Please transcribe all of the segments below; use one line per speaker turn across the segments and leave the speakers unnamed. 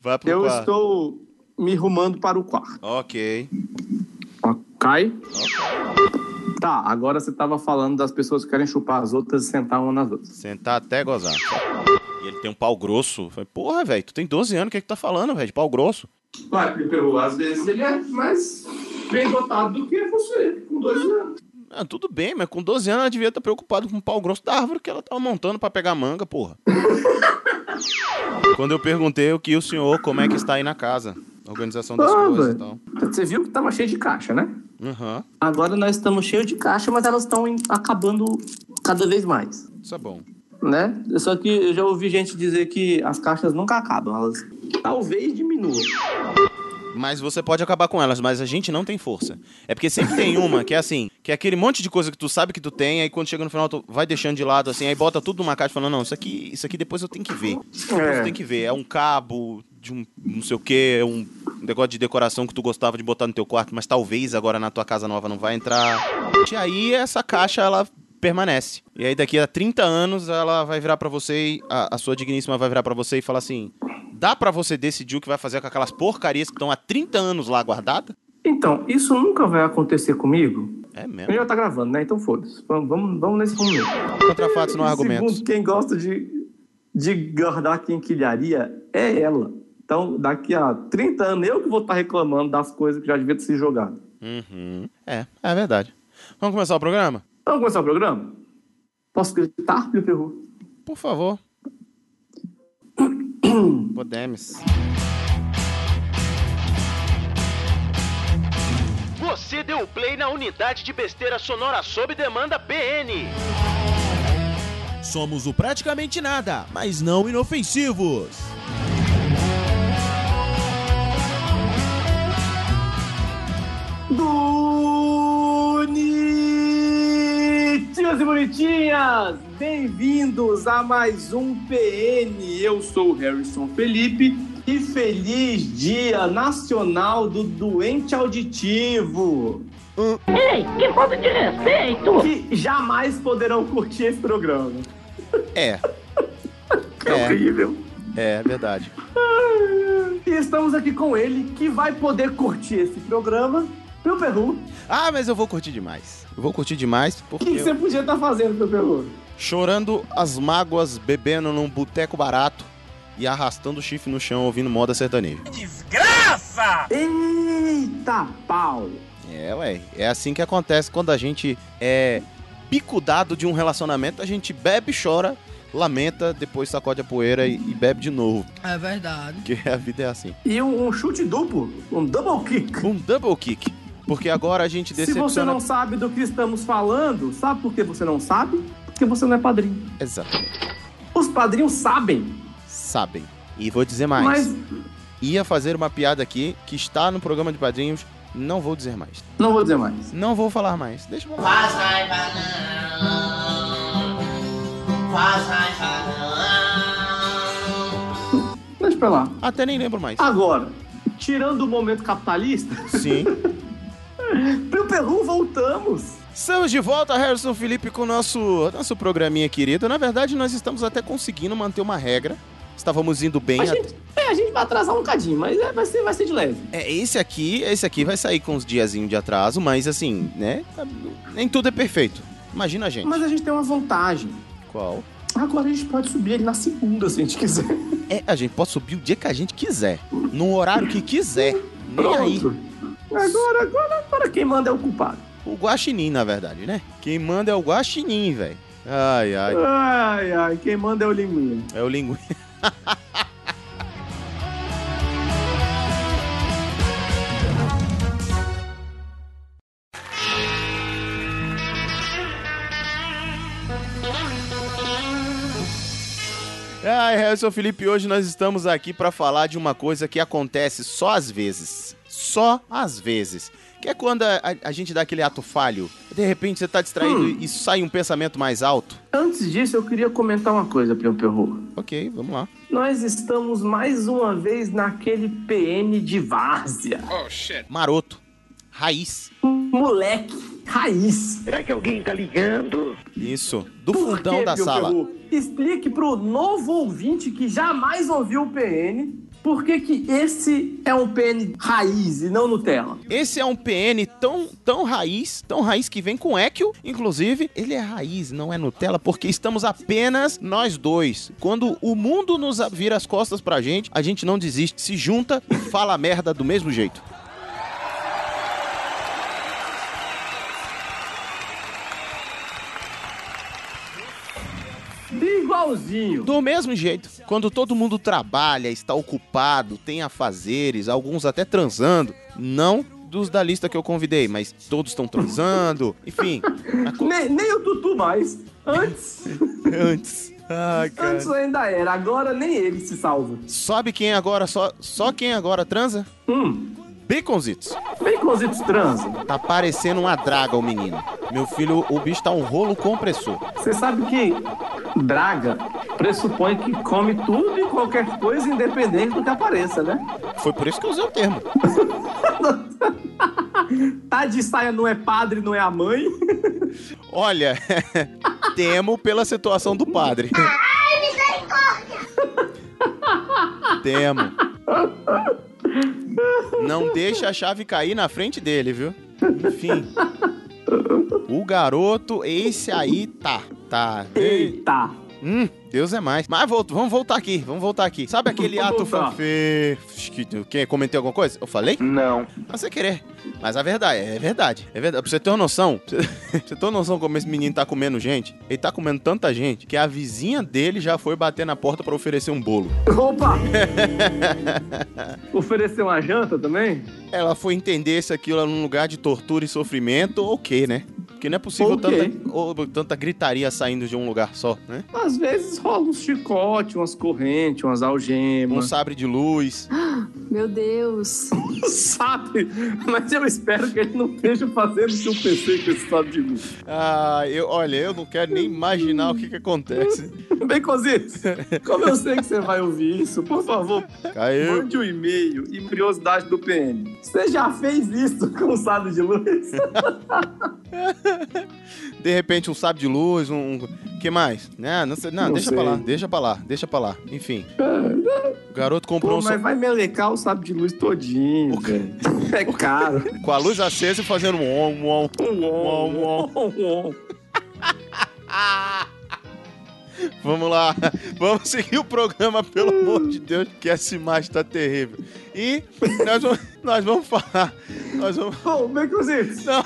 Vai pro
Eu
quarto.
estou me rumando para o quarto.
Ok.
Ok? Tá, agora você tava falando das pessoas que querem chupar as outras e sentar uma nas outras.
Sentar até gozar. E ele tem um pau grosso. Eu Falei, porra, velho, tu tem 12 anos, o que é que tu tá falando, velho? De pau grosso.
Vai, Piperu, às vezes ele é mais bem dotado do que você, com dois anos.
Ah, tudo bem, mas com 12 anos ela devia estar preocupada com o pau grosso da árvore que ela tava montando pra pegar manga, porra. Quando eu perguntei o que o senhor, como é que está aí na casa? a Organização das
Ah,
coisas então. e
velho.
tal.
Você viu que tava cheio de caixa, né?
Aham,
Agora nós estamos cheios de caixa, mas elas estão acabando cada vez mais,
isso é bom.
né? Só que eu já ouvi gente dizer que as caixas nunca acabam, elas talvez diminuam.
Mas você pode acabar com elas, mas a gente não tem força. É porque sempre tem uma que é assim, que é aquele monte de coisa que tu sabe que tu tem, aí quando chega no final tu vai deixando de lado, assim, aí bota tudo numa caixa falando, não, isso aqui, isso aqui depois eu tenho que ver. Isso aqui depois
É.
eu tenho que ver. É um cabo de um não sei o quê, é um negócio de decoração que tu gostava de botar no teu quarto, mas talvez agora na tua casa nova não vai entrar. E aí essa caixa, ela permanece. E aí daqui a 30 anos ela vai virar pra você, e- a, a sua digníssima vai virar pra você e falar assim: "Dá pra você decidir o que vai fazer com aquelas porcarias que estão há 30 anos lá guardadas?"
Então, isso nunca vai acontecer comigo?
É
Eu
mesmo.
já tá gravando, né? Então foda-se. Vamos, vamos, vamos nesse rumo.
Contra fatos não é há argumentos.
Segundo quem gosta de, de guardar quinquilharia é ela. Então, daqui a 30 anos, eu que vou estar reclamando das coisas que já devia ter se jogado.
Uhum. É, é verdade. Vamos começar o programa?
Vamos começar o programa? Posso gritar, meu perro?
Por favor. Podemos.
Você deu play na unidade de besteira sonora sob demanda BN.
Somos o praticamente nada, mas não inofensivos.
Bonitinhos e bonitinhas! Bem-vindos a mais um PN. Eu sou o Harrison Felipe e feliz Dia Nacional do Doente Auditivo!
Ei, que falta de respeito!
que jamais poderão curtir esse programa.
É.
Horrível.
É, é verdade.
E estamos aqui com ele, que vai poder curtir esse programa, Pio Perru.
Ah, mas eu vou curtir demais. Eu vou curtir demais
O
porque
que, que você podia estar fazendo, Pio Perru?
chorando as mágoas, bebendo num boteco barato e arrastando o chifre no chão ouvindo moda sertaneja.
Eita pau!
É, ué. É assim que acontece quando a gente é bicudado de um relacionamento, a gente bebe, chora, lamenta, depois sacode a poeira e, e bebe de novo.
É verdade.
Porque a vida é assim.
E um, um chute duplo, um double kick.
Um double kick. Porque agora a gente
Se
decepciona.
você não sabe do que estamos falando, sabe por que você não sabe? Porque você não é padrinho.
Exatamente.
Os padrinhos sabem,
Sabem. E vou dizer mais.
mas
Ia fazer uma piada aqui que está no programa de padrinhos. Não vou dizer mais.
não vou dizer mais.
Não vou falar mais. Deixa eu falar.
Quase raiva não, quase raiva não.
Deixa pra lá.
Até nem lembro mais.
Agora, tirando o momento capitalista,
Sim.
Pio Perru, voltamos!
Estamos de volta, Harrison Felipe, com o nosso, nosso programinha querido. Na verdade, nós estamos até conseguindo manter uma regra. Estávamos indo bem.
A gente, é, a gente vai atrasar um cadinho, mas é, vai, ser, vai ser de leve.
É, esse aqui, esse aqui vai sair com uns diazinhos de atraso, mas assim, né? Nem tudo é perfeito. Imagina a gente.
Mas a gente tem uma vantagem.
Qual?
Agora a gente pode subir ele na segunda, se a gente quiser.
É, a gente pode subir o dia que a gente quiser. No horário que quiser. Nem aí.
Agora, agora, agora quem manda é o culpado.
O Guaxinim, na verdade, né? Quem manda é o Guaxinim, velho. Ai, ai.
Ai, ai, quem manda é o linguinha.
É o linguim. Ai, Harrison Felipe, hoje nós estamos aqui para falar de uma coisa que acontece só às vezes. Só às vezes. Que é quando a, a- a gente dá aquele ato falho. De repente você tá distraído e sai um pensamento mais alto.
Antes disso, eu queria comentar uma coisa, Pio Perru.
Ok, vamos lá.
Nós estamos mais uma vez naquele PN de várzea.
maroto, raiz.
Moleque, raiz.
Isso, do
Por
fundão
quê,
da
Pio
sala.
Perru? Explique pro novo ouvinte que jamais ouviu o PN Por que, que esse é um PN raiz e não Nutella?
Esse é um PN tão, tão raiz, tão raiz que vem com Equio. Inclusive, ele é raiz, não é Nutella, porque estamos apenas nós dois. Quando o mundo nos a- vira as costas pra gente, a gente não desiste, se junta e fala merda do mesmo jeito.
Igualzinho.
Do mesmo jeito, quando todo mundo trabalha, está ocupado, tem afazeres, alguns até transando, não dos da lista que eu convidei, mas todos estão transando, enfim, a co-
Nem, nem o Tutu mais. Antes,
antes. Ai, cara.
antes ainda era, agora nem ele se salva.
Sabe quem agora só só quem agora transa?
Hum,
Baconzitos.
vem com os itens transa.
Tá parecendo uma draga o menino. Meu filho, o bicho tá um rolo compressor.
Você sabe que draga pressupõe que come tudo e qualquer coisa, independente do que apareça, né?
Foi por isso que eu usei o termo.
Tá de saia não é padre, não é a mãe.
Olha, temo pela situação do padre. Temo. Não deixa a chave cair na frente dele, viu? Enfim. O garoto, esse aí tá. Tá.
Eita!
Hum, Deus é mais. Mas volto, vamos voltar aqui, vamos voltar aqui. Sabe aquele
Vamos
ato
voltar. Hum.
fanfe... que- que comentei alguma coisa? Eu falei?
Não.
Mas sem querer. Mas a verdade, é verdade. É verdade. Pra você ter uma noção, pra você ter uma noção como esse menino tá comendo gente, ele tá comendo tanta gente que a vizinha dele já foi bater na porta pra oferecer um bolo.
Opa! Ofereceu uma janta também?
Ela foi entender se aquilo era um lugar de tortura e sofrimento, ok, né? Porque não é possível
Ok.
tanta, ou- tanta gritaria saindo de um lugar só, né?
Às vezes rola uns chicote, umas correntes, umas
Um
algemas.
sabre de luz.
Meu Deus.
Sabe? Mas eu espero que ele não esteja fazendo o que eu pensei com esse sabe de luz.
Ah, eu, olha, eu não quero nem imaginar o que que acontece.
Bem, Cositas, como eu sei que você vai ouvir isso, por favor,
Caiu.
Mande um e-mail e curiosidade do PM. Você já fez isso com o sábio de luz?
De repente um sabre de luz, um... um que mais? Não, não, sei, não,
Não
deixa
sei.
pra lá, deixa pra lá, deixa pra lá. Enfim. O garoto comprou
Pô,
um...
mas vai melecar o sábio de luz todinho, velho. É caro.
sa- Com a luz acesa e fazendo um... om, om. uom, Vamos lá. Vamos seguir o programa, pelo amor de Deus, que essa imagem tá terrível. E nós vamos, nós vamos falar... Nós vamos...
Ô, Becozito,
Não.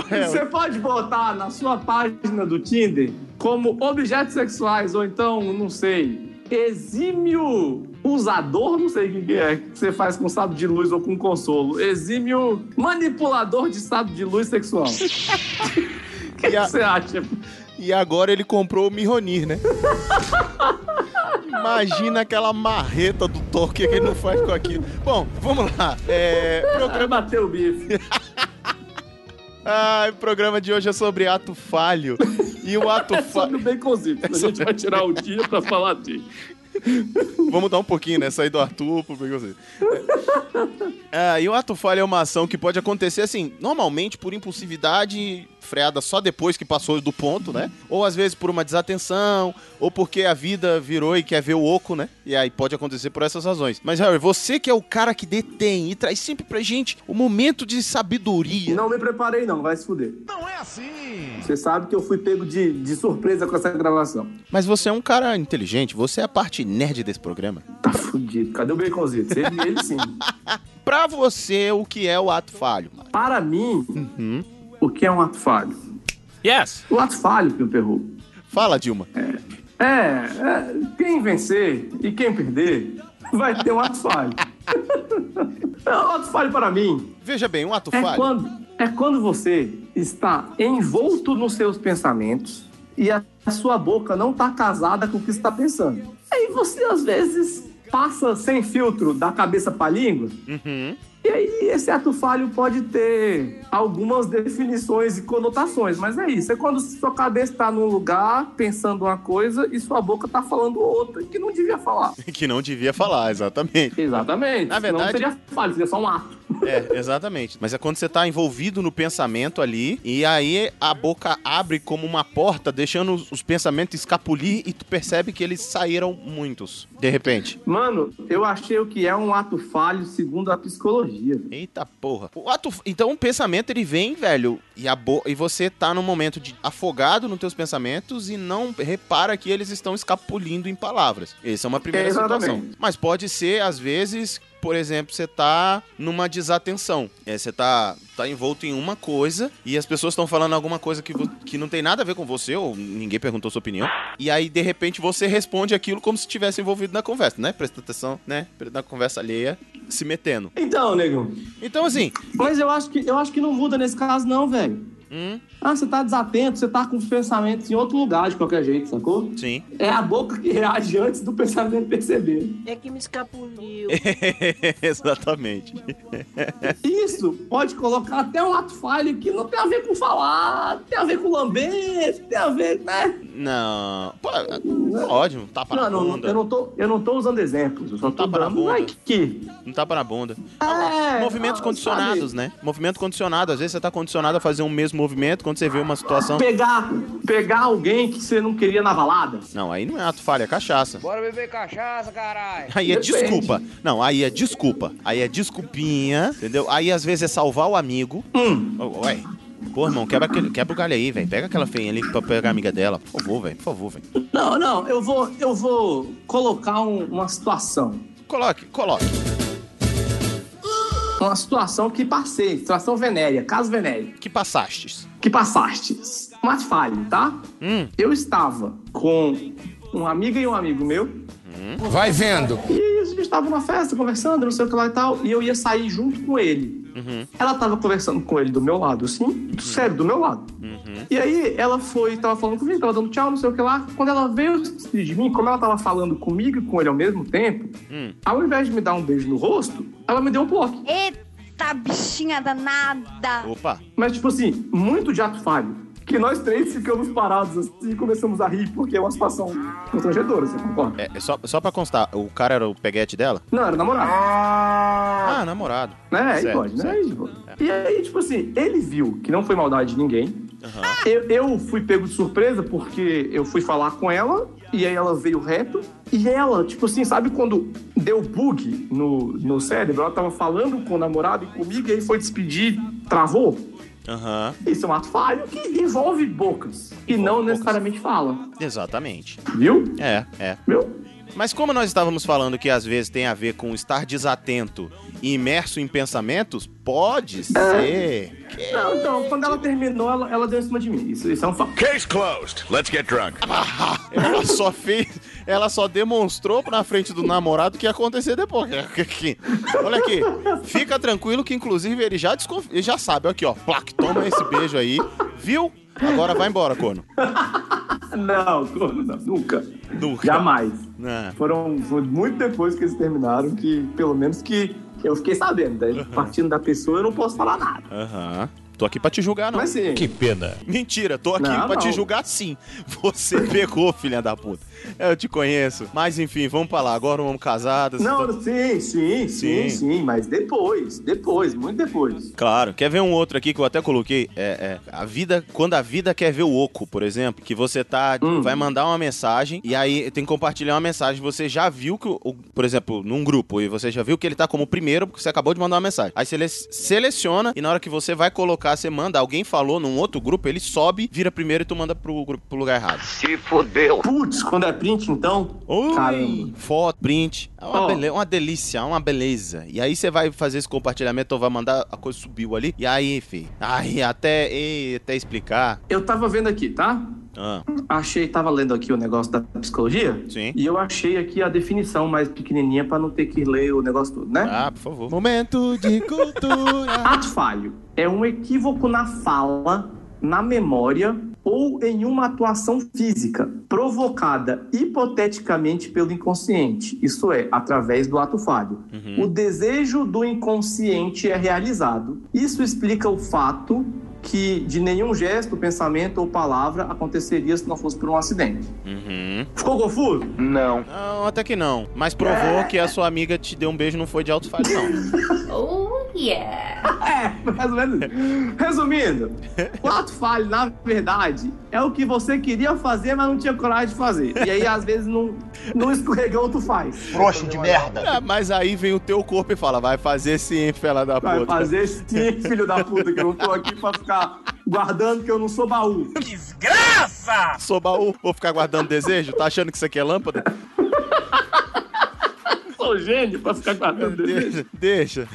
Ué,
você pode botar na sua página do Tinder como objetos sexuais ou então, não sei, exímio usador, não sei o que que é que você faz com sábio de luz ou com consolo. Exímio manipulador de sábio de luz sexual. O que
E a-
que você acha?
E agora ele comprou o Mihonir, né? Imagina aquela marreta do Thor, o que que ele não faz com aquilo. Bom, vamos lá. É,
Pra bater o bife.
ai, o programa de hoje é sobre ato falho. E o ato falho...
Sobre o baconzito. A gente vai tirar o dia pra falar dele.
Vamos dar um pouquinho, né? Sair do Arthur pro Beyoncé. É. Ah, e o ato falho é uma ação que pode acontecer, assim, normalmente por impulsividade freada só depois que passou do ponto, né? Ou às vezes por uma desatenção, ou porque a vida virou e quer ver o oco, né? E aí pode acontecer por essas razões. Mas, Harry, você que é o cara que detém e traz sempre pra gente o momento de sabedoria.
Não me preparei, não. Vai se fuder. Não é assim. Você sabe que eu fui pego de, de surpresa com essa gravação.
Mas você é um cara inteligente, você é a parte nerd desse programa.
Tá fudido. Cadê o baconzito? Ele, ele sim.
Pra você, o que é o ato falho? mano?
Para mim, o que é um ato falho?
Yes.
O ato falho, Pio Perru,
Fala, Dilma.
é, é quem vencer e quem perder vai ter um ato falho. Não, o ato falho para mim
Veja bem, um ato
É
falho.
quando, é quando você está envolto nos seus pensamentos e a, a sua boca não está casada com o que está pensando. Aí você, às vezes, passa sem filtro da cabeça para a língua.
Uhum.
E aí, esse ato falho pode ter algumas definições e conotações, mas é isso. É quando sua cabeça está num lugar pensando uma coisa e sua boca está falando outra, que não devia falar.
Que não devia falar, exatamente.
Exatamente.
Na
Senão
verdade-
seria falho, seria só um ato.
É, exatamente. Mas é quando você tá envolvido no pensamento ali, e aí a boca abre como uma porta, deixando os os pensamentos escapulir, e tu percebe que eles saíram muitos, de repente.
Mano, eu achei o que é um ato falho segundo a psicologia. velho.
Eita porra. O ato, então o pensamento ele vem, velho, e, a bo... e você tá num momento de afogado nos teus pensamentos e não repara que eles estão escapulindo em palavras. Essa é uma primeira
Exatamente.
situação. Mas pode ser, às vezes, por exemplo, você tá numa desatenção. É, você tá, tá envolto em uma coisa e as pessoas estão falando alguma coisa que, vo- que não tem nada a ver com você, ou ninguém perguntou sua opinião. E aí, de repente, você responde aquilo como se estivesse envolvido na conversa, né? Presta atenção, né? Na conversa alheia, se metendo.
Então, nego.
Então, assim,
Mas eu acho que eu acho que não muda nesse caso, não, velho.
Hum,
Ah, você tá desatento, você tá com os pensamentos em outro lugar de qualquer jeito, sacou?
sim.
É a boca que reage antes do pensamento perceber.
É que me escapuliu.
Exatamente.
Isso pode colocar até um ato falho que não tem a ver com falar, tem a ver com lamber, tem a ver, né?
Não. Pô, pode, não tapa
Não,
na
não,
bunda.
eu
Não,
não tô, eu não tô usando exemplos, eu só tô
Tapa na
dando
bunda.
like que
tapa na bunda.
é,
Tá Movimentos
ah,
condicionados, né? Movimento condicionado. Às vezes você tá condicionado a fazer um mesmo movimento quando você vê uma situação.
sabe? Pegar, pegar alguém que você não queria na balada.
Não, aí não é ato falha, é cachaça.
Bora beber cachaça, caralho.
Aí é
Depende.
desculpa. Não, aí é desculpa. Aí é desculpinha, entendeu? Aí às vezes é salvar o amigo.
Hum.
Ô, Ué. Pô, irmão, quebra, aquele- quebra o galho aí, velho. Pega aquela feinha ali pra pegar a amiga dela. Por favor, velho. Por favor, velho.
Não, não, eu vou, eu vou colocar um- uma situação.
Coloque, coloque.
Uma situação que passei, situação venérea, caso venérea,
Que passastes.
que passaste. Um ato falho, tá?
Hum.
Eu estava com uma amiga e um amigo meu.
Vai vendo.
E a gente estava numa festa, conversando, não sei o que lá e tal. E eu ia sair junto com ele.
Uhum.
Ela estava conversando com ele do meu lado, assim. Sério, do meu lado.
Uhum.
E aí ela foi, tava falando comigo, tava dando tchau, não sei o que lá. Quando ela veio se despedir de mim, como ela tava falando comigo e com ele ao mesmo tempo,
Hum.
ao invés de me dar um beijo no rosto, ela me deu um bloco.
Eita, bichinha danada.
Opa.
Mas, tipo assim, muito de ato falho. Que nós três ficamos parados assim e começamos a rir, porque é uma situação constrangedora, você concorda?
É, é só, só pra constar, o cara era o peguete dela?
Não, era namorado.
Ah, namorado.
Né? Aí
Certo,
pode, né?
certo. É.
Aí, tipo, E aí, tipo assim, ele viu que não foi maldade de ninguém.
Aham.
Eu, eu fui pego de surpresa porque eu fui falar com ela e aí ela veio reto. E ela, tipo assim, sabe quando deu bug no, no cérebro? Ela tava falando com o namorado e comigo e aí foi despedir, travou.
Aham.
Isso é um ato falho que envolve bocas e
Envolve
não
bocas.
necessariamente fala,
Exatamente.
viu?
É, é.
Viu?
Mas como nós estávamos falando que às vezes tem a ver com estar desatento e imerso em pensamentos, pode ser.
Não, então, quando ela terminou, ela, ela deu em cima de mim. Isso, isso é um fato.
Case closed. Let's get drunk.
Ela só fez. Ela só demonstrou na frente do namorado o que ia acontecer depois. Aqui. Olha aqui. Fica tranquilo que, inclusive, ele já desconfia. Ele já sabe. Aqui, ó. Plaque, toma esse beijo aí. Viu? Agora vai embora, corno.
Não, como não, nunca.
Nunca.
Jamais.
Ah.
Foram foi muito depois que eles terminaram que, pelo menos que eu fiquei sabendo. Daí, partindo da pessoa, eu não posso falar nada.
Aham. Tô aqui pra te julgar, não.
Mas sim.
Mentira, tô aqui
Não,
pra te
não.
julgar sim. Você pegou, filha da puta. Eu te conheço. Mas enfim, vamos pra lá. Agora um homem casado. essa
Não,
história-
sim, sim, sim,
Sim.
sim, mas depois, depois, muito depois.
Claro. Quer ver um outro aqui que eu até coloquei? É, é. A vida, quando a vida quer ver o oco, por exemplo, que você tá.
Hum.
Vai mandar uma mensagem e aí tem que compartilhar uma mensagem. Você já viu que, o, o- por exemplo, num grupo, e você já viu que ele tá como primeiro porque você acabou de mandar uma mensagem. Aí você le- seleciona e na hora que você vai colocar, você manda. Alguém falou num outro grupo, ele sobe, vira primeiro e tu manda pro, grupo- pro lugar errado.
Putz, quando é print, então.
Oi!
Caramba.
Foto, print. É uma,
Ó.
bele- uma delícia, uma beleza. E aí você vai fazer esse compartilhamento ou vai mandar, a coisa subiu ali. E aí, fi. Aí, até, ei, até explicar.
Eu tava vendo aqui, tá?
Ah,
Achei, tava lendo aqui o negócio da psicologia.
sim.
E eu achei aqui a definição mais pequenininha pra não ter que ler o negócio todo, né?
Ah, por favor. Momento de cultura.
Ato falho é um equívoco na fala, na memória ou em uma atuação física, provocada hipoteticamente pelo inconsciente, isso é, através do ato falho.
Uhum.
O desejo do inconsciente é realizado. Isso explica o fato que de nenhum gesto, pensamento ou palavra aconteceria se não fosse por um acidente.
Uhum.
Ficou confuso? Não. É.
Não, até que não. Mas provou que a sua amiga te deu um beijo não foi de alto falho, não.
Ou
É, mais ou menos. isso. Resumindo, quatro falhas, na verdade, é o que você queria fazer, mas não tinha coragem de fazer. E aí, às vezes, num, num escorregão, tu faz.
Trouxa de merda.
Ah, mas aí vem o teu corpo e fala, vai fazer sim, fela da
Vai
puta.
fazer sim, filho da puta, que eu não tô aqui pra ficar guardando que eu não sou baú.
Desgraça!
Sou baú, um, vou ficar guardando desejo? Tá achando que isso aqui é lâmpada?
Sou gênio pra ficar guardando desejo.
Deixa,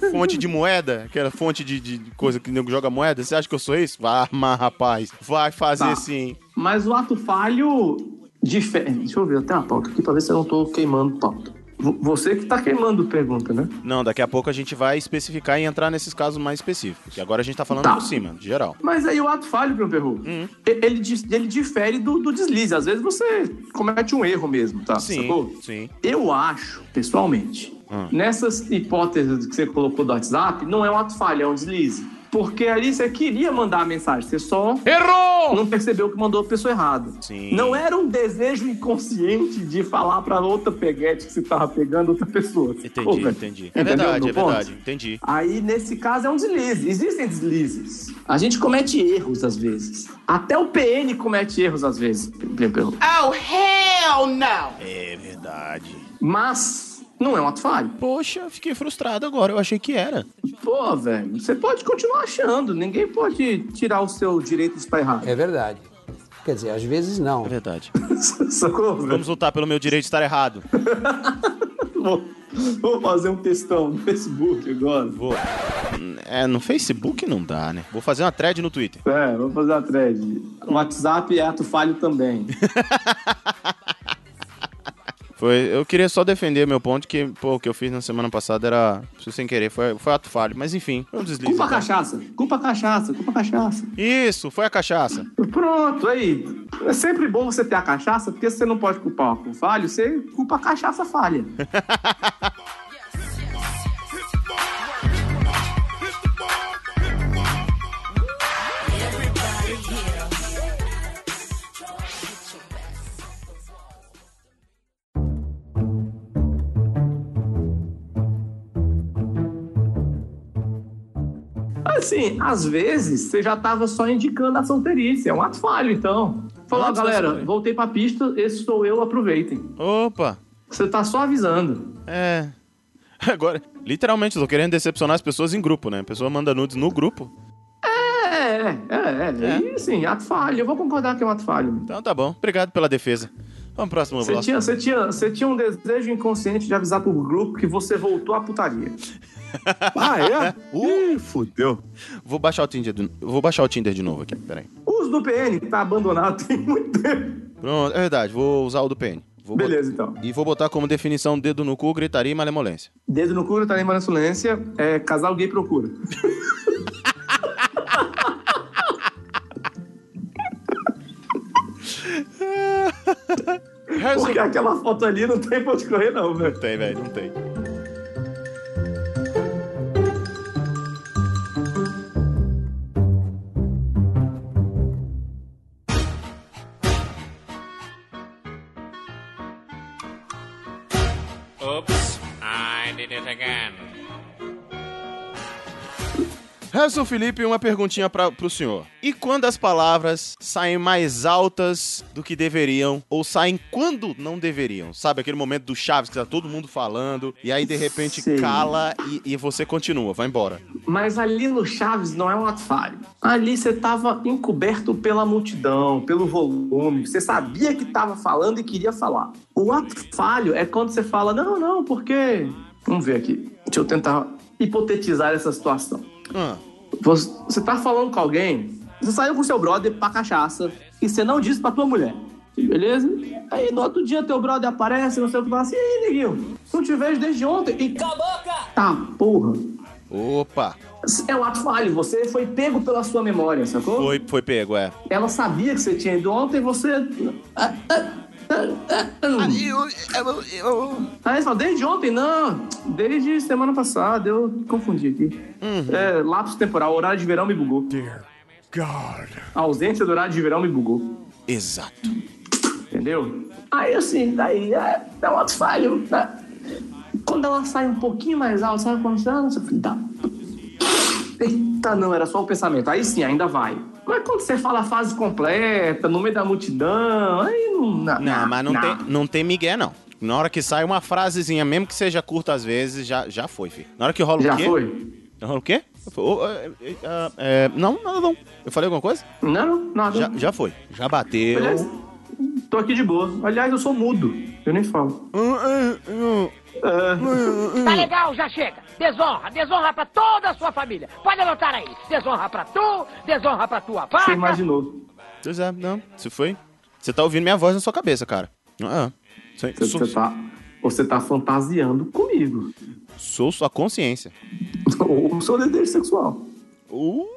deixa. fonte de moeda, aquela fonte de, de coisa que o nego joga moeda, você acha que eu sou isso? Vai armar, rapaz. Vai fazer
Tá.
sim.
Mas o ato falho difere. Deixa eu ver, eu tenho uma pauta aqui pra ver se eu não tô queimando pauta. Vo- Você que tá queimando pergunta, né?
Não, daqui a pouco a gente vai especificar e entrar nesses casos mais específicos. E agora a gente tá falando
Tá.
por cima, de geral.
Mas aí o ato falho, meu perru,
Hum.
e- ele, dis- ele difere do, do deslize. Às vezes você comete um erro mesmo, tá?
sim,
Sacou?
sim.
Eu acho, pessoalmente,
Hum.
nessas hipóteses que você colocou do WhatsApp, não é um ato falho, é um deslize. Porque ali você queria mandar a mensagem, você só
Errou!
não percebeu que mandou a pessoa errada.
Sim.
Não era um desejo inconsciente de falar pra outra peguete que você tava pegando outra pessoa.
Entendi,
Pô, velho.
entendi. É
Entendeu
verdade,
meu
é
ponto?
verdade. Entendi.
Aí, nesse caso, é um deslize. Existem deslizes. A gente comete erros às vezes. Até o PN comete erros às vezes. Pelo-
Oh, hell no!
É verdade.
Mas não é um ato falho.
Poxa, fiquei frustrado agora, eu achei que era.
Pô, velho, você pode continuar achando. Ninguém pode tirar o seu direito de estar errado.
É verdade. Quer dizer, às vezes não.
É verdade.
Sacou? velho?
Vamos lutar pelo meu direito de estar errado.
Vou, vou fazer um textão no Facebook agora.
Vou. É, no Facebook não dá, né? Vou fazer uma thread no Twitter.
É, vou fazer a thread. O WhatsApp é ato falho também.
Foi, eu queria só defender meu ponto que, pô, o que eu fiz na semana passada era, se sem querer, foi, foi ato falho, mas enfim, eu deslizo.
Culpa a
então.
cachaça, culpa a cachaça, culpa a cachaça.
Isso, foi a cachaça.
Pronto, aí. É sempre bom você ter a cachaça, porque se você não pode culpar o falho, você culpa a cachaça falha. Assim, às vezes você já tava só indicando a solteirice, é um ato falho, então. Falar,
Antes da
galera,
solteirice.
voltei pra pista, esse sou eu, aproveitem.
Opa,
Você tá só avisando.
é. Agora, literalmente, eu tô querendo decepcionar as pessoas em grupo, né? A pessoa manda nudes no grupo.
É, é, é, é. E, sim, ato falho. Eu vou concordar que é um ato falho.
Então tá bom, obrigado pela defesa. Vamos pro próximo
Você
bloco.
tinha, você, tinha, você tinha um desejo inconsciente de avisar pro grupo que você voltou à putaria.
Ah, é? Ih, fudeu.
Vou baixar o Tinder, do- vou baixar o Tinder de novo aqui, peraí.
O uso do PN tá abandonado tem muito tempo.
Pronto, é verdade, vou usar o do PN. Vou bot-
Beleza, então.
E vou botar como definição dedo no cu, gritaria e malemolência.
Dedo no cu, tá nem insolência. É, casal gay procura.
Resu-
Porque aquela foto ali não tem pra onde correr, não, velho.
Não tem, velho, não tem.
Oops, I did it again.
Harrison Felipe, uma perguntinha pra, pro senhor. E quando as palavras saem mais altas do que deveriam, ou saem quando não deveriam? Sabe aquele momento do Chaves que tá todo mundo falando, e aí de repente
Sim.
cala e, e você continua, vai embora.
Mas ali no Chaves não é um ato falho. Ali você tava encoberto pela multidão, pelo volume. Você sabia que tava falando e queria falar. O ato falho é quando você fala, não, não, porque. Vamos ver aqui. Deixa eu tentar hipotetizar essa situação.
Ah,
Você você tá falando com alguém, você saiu com seu brother pra cachaça e você não disse pra tua mulher. Beleza? Aí no outro dia teu brother aparece, não sei o que, fala assim, e aí, neguinho, não te vejo desde ontem. E... Cala a boca! Tá, porra.
opa,
É um ato falho, você foi pego pela sua memória, sacou?
foi, foi pego, é.
Ela sabia que você tinha ido ontem e você. Ah, ah, ah, ah, hum. Aí você fala, Ah, desde ontem? Não, desde semana passada, eu confundi aqui. É, lapso temporal, horário de verão me bugou. A ausência do horário de verão me bugou.
Exato.
Entendeu? Aí assim, daí é, é um ato falho. né? quando ela sai um pouquinho mais alto, sabe quando você. Ah, não sei, dá. Eita, não, era só o pensamento. Aí sim, ainda vai. Mas quando você fala a fase completa, no meio da multidão, aí não. Não,
Não, mas não, Tem, não tem migué, não. Na hora que sai uma frasezinha, mesmo que seja curta às vezes, já, já foi, filho. Na hora que rola
Já
o quê?
foi?
Rola o quê? Eu falei, ô, é, é, ah, é, não, nada não. Eu falei alguma coisa?
Não, não, nada.
Já, já foi. Já bateu.
Aliás, tô aqui de boa. Aliás, eu sou mudo. Eu nem falo. É.
Tá legal, já chega. Desonra, desonra pra toda a sua família. Pode anotar aí. Desonra pra tu, desonra pra tua vaca.
Você imaginou. Pois é, não. Você foi. Você tá ouvindo minha voz na sua cabeça, cara. Ah, você,
você tá, você tá fantasiando comigo.
Sou sua consciência. Uh!
Ou sou desejo sexual. Oh,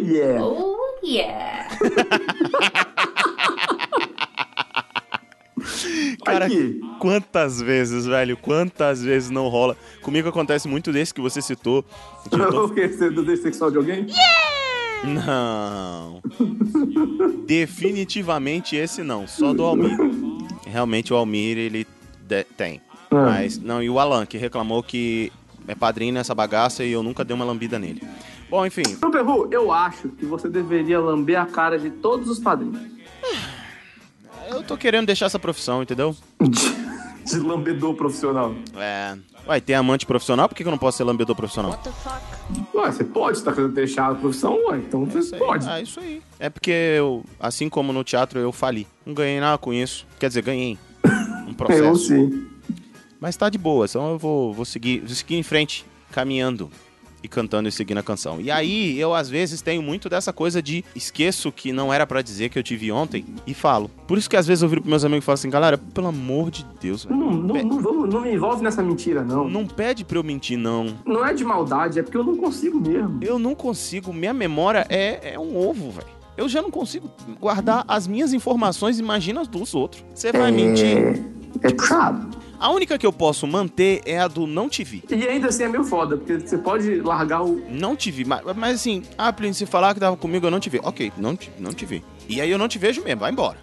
yeah.
Oh, yeah.
Cara, quantas vezes, velho? Quantas vezes não rola? Comigo acontece muito desse que você citou. de eu tô-
O quê? Você é desejo sexual de alguém?
Não. Definitivamente esse não. Só do Almir. Realmente o Almir, ele de- tem.
Ah.
Mas, não, e o Alan, que reclamou que é padrinho nessa bagaça e eu nunca dei uma lambida nele. Bom, enfim.
Então, Perru, eu acho que você deveria lamber a cara de todos os padrinhos.
Eu tô querendo deixar essa profissão, entendeu?
De lambedor profissional.
É. Ué, tem amante profissional, por que que eu não posso ser lambedor profissional?
Ué, você pode estar querendo deixar a profissão, ué, então você pode.
Ah, isso aí. É porque eu, assim como no teatro, eu fali. Não ganhei nada com isso. Quer dizer, ganhei. Um processo.
É, Eu sim.
Mas tá de boa, então eu vou, vou seguir, vou seguir em frente, caminhando e cantando e seguindo a canção. E aí, eu às vezes tenho muito dessa coisa de esqueço que não era pra dizer que eu tive ontem e falo. Por isso que às vezes eu viro pros meus amigos e falo assim, galera, pelo amor de Deus, velho.
Não, não, não, vamos, não me envolve nessa mentira, não.
Não pede pra eu mentir, não.
Não é de maldade, é porque eu não consigo mesmo.
Eu não consigo, minha memória é, é um ovo, velho. Eu já não consigo guardar as minhas informações, imagina as dos outros. Você vai mentir.
É puxado.
A única que eu posso manter é a do não te vi.
E ainda assim é meio foda, porque você pode largar o.
Não te vi, mas, mas assim, ah, Plínio, se falar que tava comigo, eu não te vi. Ok, não te, não te vi. E aí eu não te vejo mesmo, vai embora.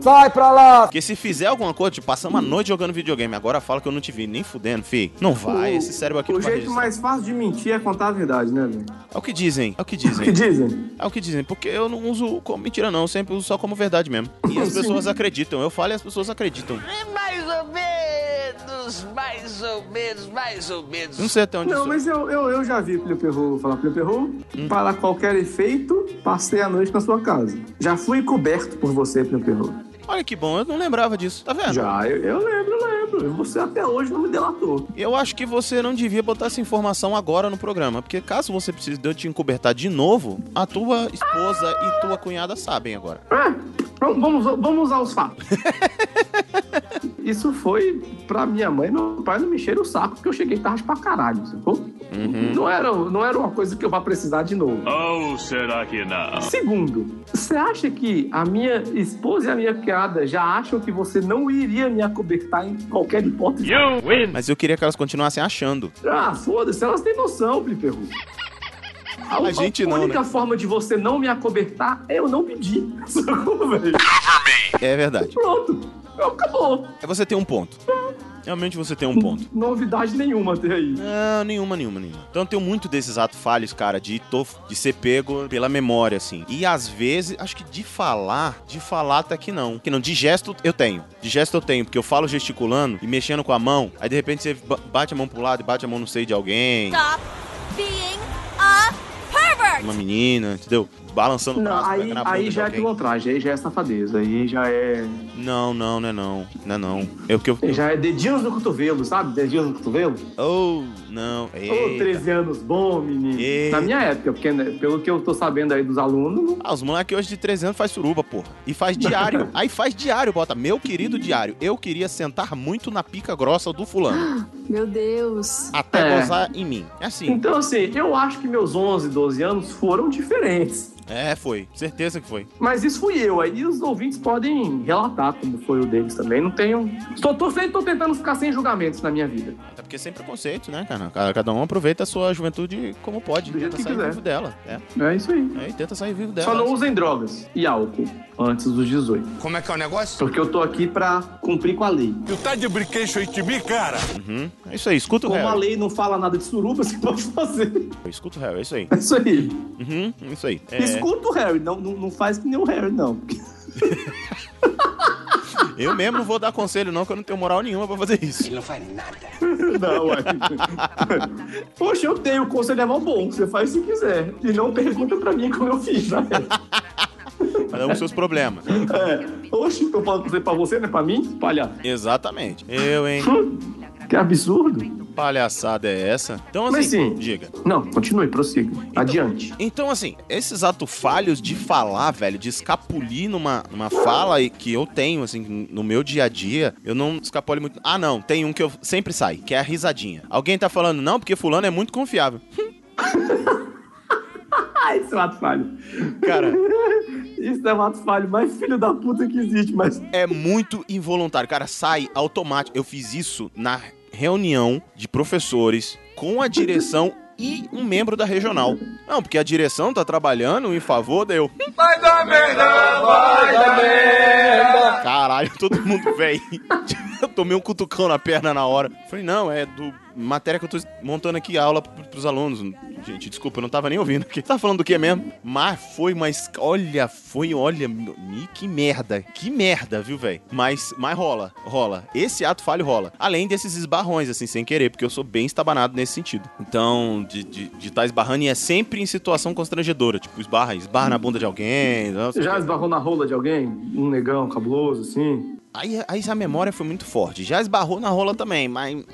Sai pra lá!
Porque se fizer alguma coisa, tipo, passamos a noite jogando videogame, agora fala que eu não te vi, nem fudendo, fi. Não vai,
O-
esse cérebro aqui
O
não vai
jeito
registrar.
mais fácil de mentir é contar a verdade, né, velho?
É o que dizem, é o que dizem.
O que dizem?
É o que dizem, porque eu não uso como mentira não, eu sempre uso só como verdade mesmo. E as pessoas acreditam, eu falo e as pessoas acreditam.
Mais ou menos, mais ou menos, mais ou menos.
Eu não sei até onde
Não,
isso...
mas eu, eu, eu já vi Plio Perro falar Plio Perro. Para qualquer efeito, passei a noite na sua casa. Já fui coberto por você, Plio Perro.
Olha que bom, eu não lembrava disso, tá vendo?
Já, eu, eu lembro, eu lembro. Você até hoje não me delatou.
Eu acho que você não devia botar essa informação agora no programa, porque caso você precise de eu te encobertar de novo, a tua esposa e tua cunhada sabem agora.
Vamos, É, então vamos, vamos aos fatos. Isso foi pra minha mãe e meu pai não me encheram o saco, porque eu cheguei tarde pra caralho, sacou? Não, era, não era uma coisa que eu vá precisar de novo.
Ou Oh, será que não?
Segundo, você acha que a minha esposa e a minha criada já acham que você não iria me acobertar em qualquer hipótese?
Mas eu queria que elas continuassem achando.
Ah, foda-se, elas têm noção, Fliperru. A,
A gente não,
A única
né?
forma de você não me acobertar é eu não pedir. Sacou, velho?
É verdade.
Pronto, Então, acabou.
É Você tem um ponto. Realmente você tem um ponto.
Novidade nenhuma até aí.
Não, nenhuma, nenhuma, nenhuma. Então eu tenho muito desses atos falhos, cara, de, tô, de ser pego pela memória, assim. E às vezes, acho que de falar, de falar até que não. Que não, de gesto eu tenho. De gesto eu tenho, porque eu falo gesticulando e mexendo com a mão, aí de repente você ba- bate a mão pro lado e bate a mão no seio de alguém.
Stop being a pervert.
Uma menina, entendeu? Balançando o
Não,
braço,
aí,
pegando a né, bunda
aí
de
já é
alguém.
pilantragem, aí já é safadeza, aí já é.
Não, não, não é não. Não é não. É o que eu.
Já é dedinhos no cotovelo, sabe? Dedinhos no cotovelo.
Oh, não.
Ô, 13 anos bom, menino. Na minha época, porque né, pelo que eu tô sabendo aí dos alunos,
Ah, os moleques hoje de 13 anos faz suruba, porra. E faz diário. Aí faz diário, bota. Meu querido diário, eu queria sentar muito na pica grossa do fulano.
Meu Deus.
Até
É.
gozar em mim. É assim.
Então, assim, eu acho que meus 11, 12 anos foram diferentes.
É, foi. Certeza que foi.
Mas isso fui eu, aí os ouvintes podem relatar como foi o deles também. Não tenho. Estou tô, sempre tô tentando ficar sem julgamentos na minha vida.
Até porque sem preconceito, né, cara? Cada- Cada um aproveita a sua juventude como pode.
jeito
Tenta
que
sair
quiser.
vivo dela. É.
É isso aí.
É, e tenta sair vivo dela.
Só não usem drogas e álcool antes dos 18.
Como é que é o negócio?
Porque eu tô aqui pra cumprir com a lei.
Tu tá de brinquedo em mim, cara? Uhum. É isso aí, escuta o
Como a
Harry.
lei não fala nada de suruba, você pode fazer.
Escuta o Harry, é isso aí.
É isso aí.
Uhum, é isso aí. É,
Escuta o Harry, não, não, não faz que nem o Harry, não.
Eu mesmo não vou dar conselho, não, que eu não tenho moral nenhuma pra fazer isso. Ele não faz nada.
Não, ué. Poxa, eu tenho, o conselho é mó bom, você faz se quiser. E não pergunta pra mim como eu fiz, né?
Cada um com seus problemas.
É. Oxe, eu posso dizer pra você, não é pra mim? Palha.
Exatamente. Eu, hein?
Que absurdo.
Palhaçada é essa? Então, assim,
Mas sim.
diga.
Não, continue, prossiga. Adiante.
Então, assim, esses atos falhos de falar, velho, de escapulir numa, numa fala e que eu tenho, assim, no meu dia a dia, eu não escapole muito. Ah, não, tem um que eu sempre sai, que é a risadinha. Alguém tá falando, não, porque fulano é muito confiável.
Ah, esse é um ato falho.
Cara.
Isso é um ato falho mais filho da puta que existe, mas.
É muito involuntário, cara, sai automático. Eu fiz isso na reunião de professores com a direção e um membro da regional. Não, porque a direção tá trabalhando em favor da eu.
Vai dar merda, vai dar merda.
Caralho, todo mundo, velho. Eu tomei um cutucão na perna na hora. Falei, não, é do matéria que eu tô montando aqui a aula pro- pros alunos. Gente, desculpa, eu não tava nem ouvindo aqui. Tá falando do que mesmo? Mas foi, mas olha, foi, olha, me- que merda. Que merda, viu, velho? Mas, mas rola, rola. Esse ato falho rola. Além desses esbarrões, assim, sem querer, porque eu sou bem estabanado nesse sentido. Então, de estar de, de tá esbarrando e é sempre em situação constrangedora. Tipo, esbarra, esbarra na bunda de alguém. não sei o
Já
quê.
esbarrou na rola de alguém? Um negão cabuloso, assim?
Aí, aí a memória foi muito forte. Já esbarrou na rola também, mas.